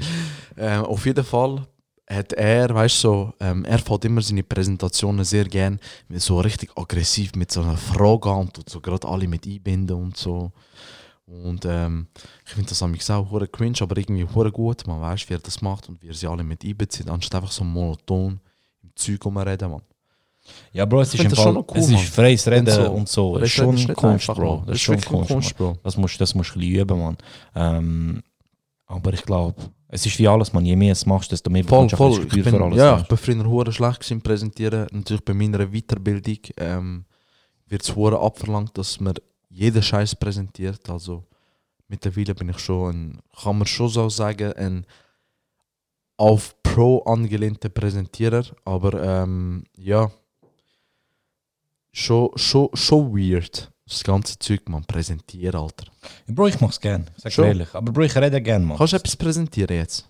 S3: ähm, auf jeden Fall hat er, weißt du, so, ähm, er fällt immer seine Präsentationen sehr gern mit so richtig aggressiv mit so einer Frage an und tut so gerade alle mit einbinden und so. Und ähm, ich finde das an mich auch hure cringe, aber irgendwie hure gut. Man weiß, wie er das macht und wie er sie alle mit einbezieht, anstatt einfach so monoton im Zeug rumreden, Mann.
S9: Ja, Bro, es
S3: Ich
S9: ist,
S3: find
S9: im
S3: das
S9: Fall,
S3: schon noch cool,
S9: es
S3: Mann.
S9: ist freies Reden
S3: Und so.
S9: und so. Das
S3: Freies
S9: ist halt schon
S3: Reden ist nicht
S9: Kunst,
S3: einfach,
S9: Bro.
S3: Mann.
S9: Das ist schon
S3: wirklich
S9: Kunst, Mann.
S3: Bro.
S9: Das musst, das musst du ein bisschen üben, Mann. Ähm, aber ich glaube, es ist wie alles, Mann. Je mehr es machst, desto mehr
S3: Voll,
S9: bekommst du auch ein
S3: voll. Ich
S9: Gespür
S3: bin,
S9: für alles.
S3: ja, ich
S9: weißt
S3: bin früher hure schlecht gewesen im Präsentieren. Natürlich bei meiner Weiterbildung ähm, wird es hure abverlangt, dass man jeden Scheiß präsentiert. Also mittlerweile bin ich schon, ein, kann man schon so sagen, ein auf Pro angelehnter Präsentierer. Aber ähm, ja, schon, schon, schon weird. Das ganze Zeug, man präsentiert, Alter.
S9: du. Bro, ich mach's gern. Sag
S3: Schon?
S9: ehrlich. Aber Bro, ich rede gern, Mann.
S3: Kannst du etwas präsentieren jetzt?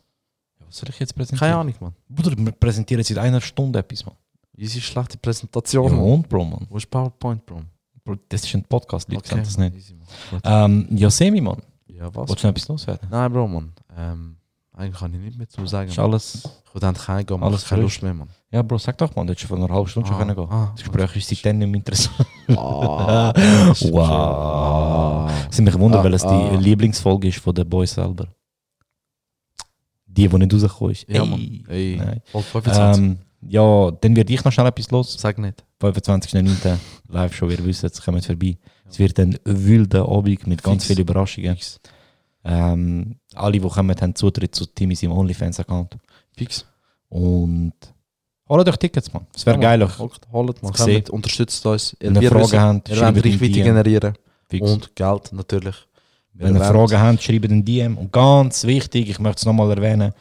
S9: Was soll ich jetzt präsentieren?
S3: Keine Ahnung, Mann.
S9: Bruder, wir präsentieren seit einer Stunde etwas, Mann.
S3: Easy schlechte
S9: Ja,
S3: Präsentation, Mann.
S9: und, Bro, Mann.
S3: Wo ist PowerPoint, Bro?
S9: Bro, das ist ein Podcast, Leute
S3: Okay,
S9: kennen das
S3: Mann,
S9: nicht.
S3: easy, Mann.
S9: Ähm, ja, Semi, Mann.
S3: Ja, was?
S9: Wolltest du noch etwas loswerden?
S3: Nein, Bro, Mann. Ähm, eigentlich kann ich nicht mehr zu sagen.
S9: Ist alles...
S3: Ich würde endlich heimgehen, man.
S9: Alles
S3: Alles keine
S9: durch.
S3: Lust mehr, Mann.
S9: Ja, Bro, sag doch, Mann. Du hättest schon vor einer halben Stunde
S3: Ah,
S9: schon können gehen.
S3: ah.
S9: das Gespräch ist seitdem nicht mehr interessant.
S3: Ah,
S9: Wow. Es hat mich gewundert,
S3: Ah,
S9: weil es
S3: ah.
S9: die Lieblingsfolge ist von den Boys selber. Die, die nicht rausgekommen ist.
S3: Ja,
S9: Ey.
S3: Mann. Ey.
S9: Nein.
S3: Voll 25.
S9: Ähm, ja, dann werde ich noch schnell etwas los.
S3: Sag nicht.
S9: 25.09. live schon, wir wissen es, kommt vorbei. Es wird ein wilder Abend mit ganz
S3: Fix.
S9: vielen Überraschungen. Ähm, alle, die kommen, haben Zutritt zu Timmy im OnlyFans-Account.
S3: Fix.
S9: Und Holt euch Tickets, man. Es wäre geil. euch.
S3: Holt, holt mal.
S9: Das sehe.
S3: Kommt, unterstützt uns.
S9: Wenn ihr Fragen habt,
S3: ihr wollt
S9: schreibt in
S3: Reichweite
S9: die.
S3: generieren.
S9: Fix.
S3: Und Geld natürlich. Wir
S9: Wenn ihr
S3: wollen-
S9: Fragen habt, schreibt ein DM. Und ganz wichtig, ich möchte es nochmal erwähnen,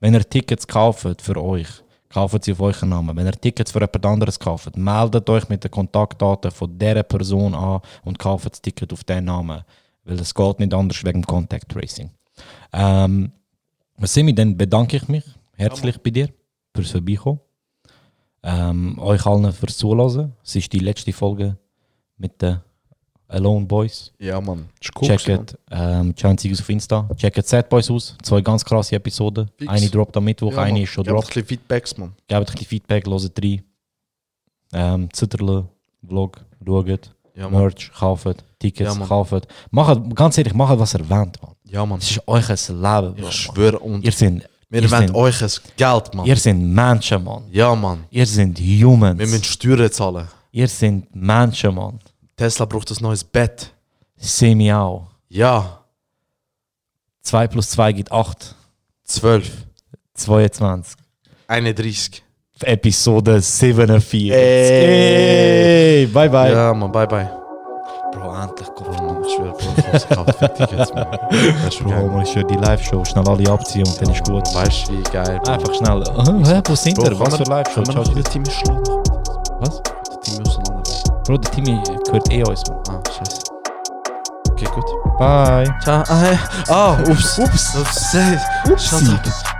S9: wenn ihr Tickets kauft für euch, kauft sie auf euren Namen. Wenn ihr Tickets für jemand anderes kauft, meldet euch mit den Kontaktdaten von dieser Person an und kauft das Ticket auf diesen Namen. Weil es geht nicht anders wegen dem Contact Tracing. Ähm, was sind wir dann? Bedanke ich mich herzlich bei dir fürs Vorbeikommen. Ähm, euch allen fürs Zuhören. Es ist die letzte Folge mit den Alone Boys.
S3: Ja, Mann. Ist cool. gewesen,
S9: Checkt, ähm, schauen Sie uns auf Insta. Checkt Sad Boys aus. Zwei ganz krasse Episoden.
S3: Fix.
S9: Eine droppt am Mittwoch,
S3: Mann. Ja,
S9: eine
S3: Mann.
S9: ist schon
S3: Gebt ein
S9: droppt.
S3: bisschen Feedbacks, Mann.
S9: Gebt ein bisschen Feedback, hört rein. Ähm, Zitterle, Vlog, schaut.
S3: Ja, Mann.
S9: Merch, kauft. Tickets,
S3: Ja, Mann.
S9: kauft. Macht, ganz ehrlich, macht was ihr wollt, Mann.
S3: Ja, Mann.
S9: Es ist euch ein Leben, Bro.
S3: Ich schwöre. Und
S9: Ihr seid,
S3: wir
S9: ihr
S3: wollen
S9: seid,
S3: euch ein Geld, Mann.
S9: ihr seid Menschen, Mann.
S3: Ja, Mann.
S9: Ihr seid
S3: Wir müssen
S9: Humans.
S3: Steuern zahlen.
S9: Ihr seid Menschen, Mann.
S3: Tesla braucht ein neues Bett.
S9: Seh mich auch.
S3: Ja.
S9: 2 plus 2 gibt 8.
S3: 12.
S9: 22.
S3: 31.
S9: Episode 47.
S3: Ey.
S9: Ey, bye bye.
S3: Ja, Mann. Bye, bye.
S9: Bro, endlich komm.
S3: Mann, ich schwöre, Bro. Ich hab's gekauft. Tickets, Mann. Weißt du, wie
S9: Bro,
S3: geil.
S9: man ist ja die Live-Show. Schnell alle abziehen und dann ist gut.
S3: Weißt du, wie geil. Bro.
S9: Einfach schnell. Hä, wo sind wir?
S3: Bro,
S9: Was für
S3: kann man-
S9: Live-Show?
S3: kann man
S9: Ciao,
S3: noch das Team schlagen?
S9: Was?
S3: Das Team auseinander.
S9: Bro, der Timmy gehört eh uns. man.
S3: Ah, scheiße. Okay, gut.
S9: Bye.
S3: Ciao. Ah, hey. Ah, ups. Ups. Ups. Ups. Ups.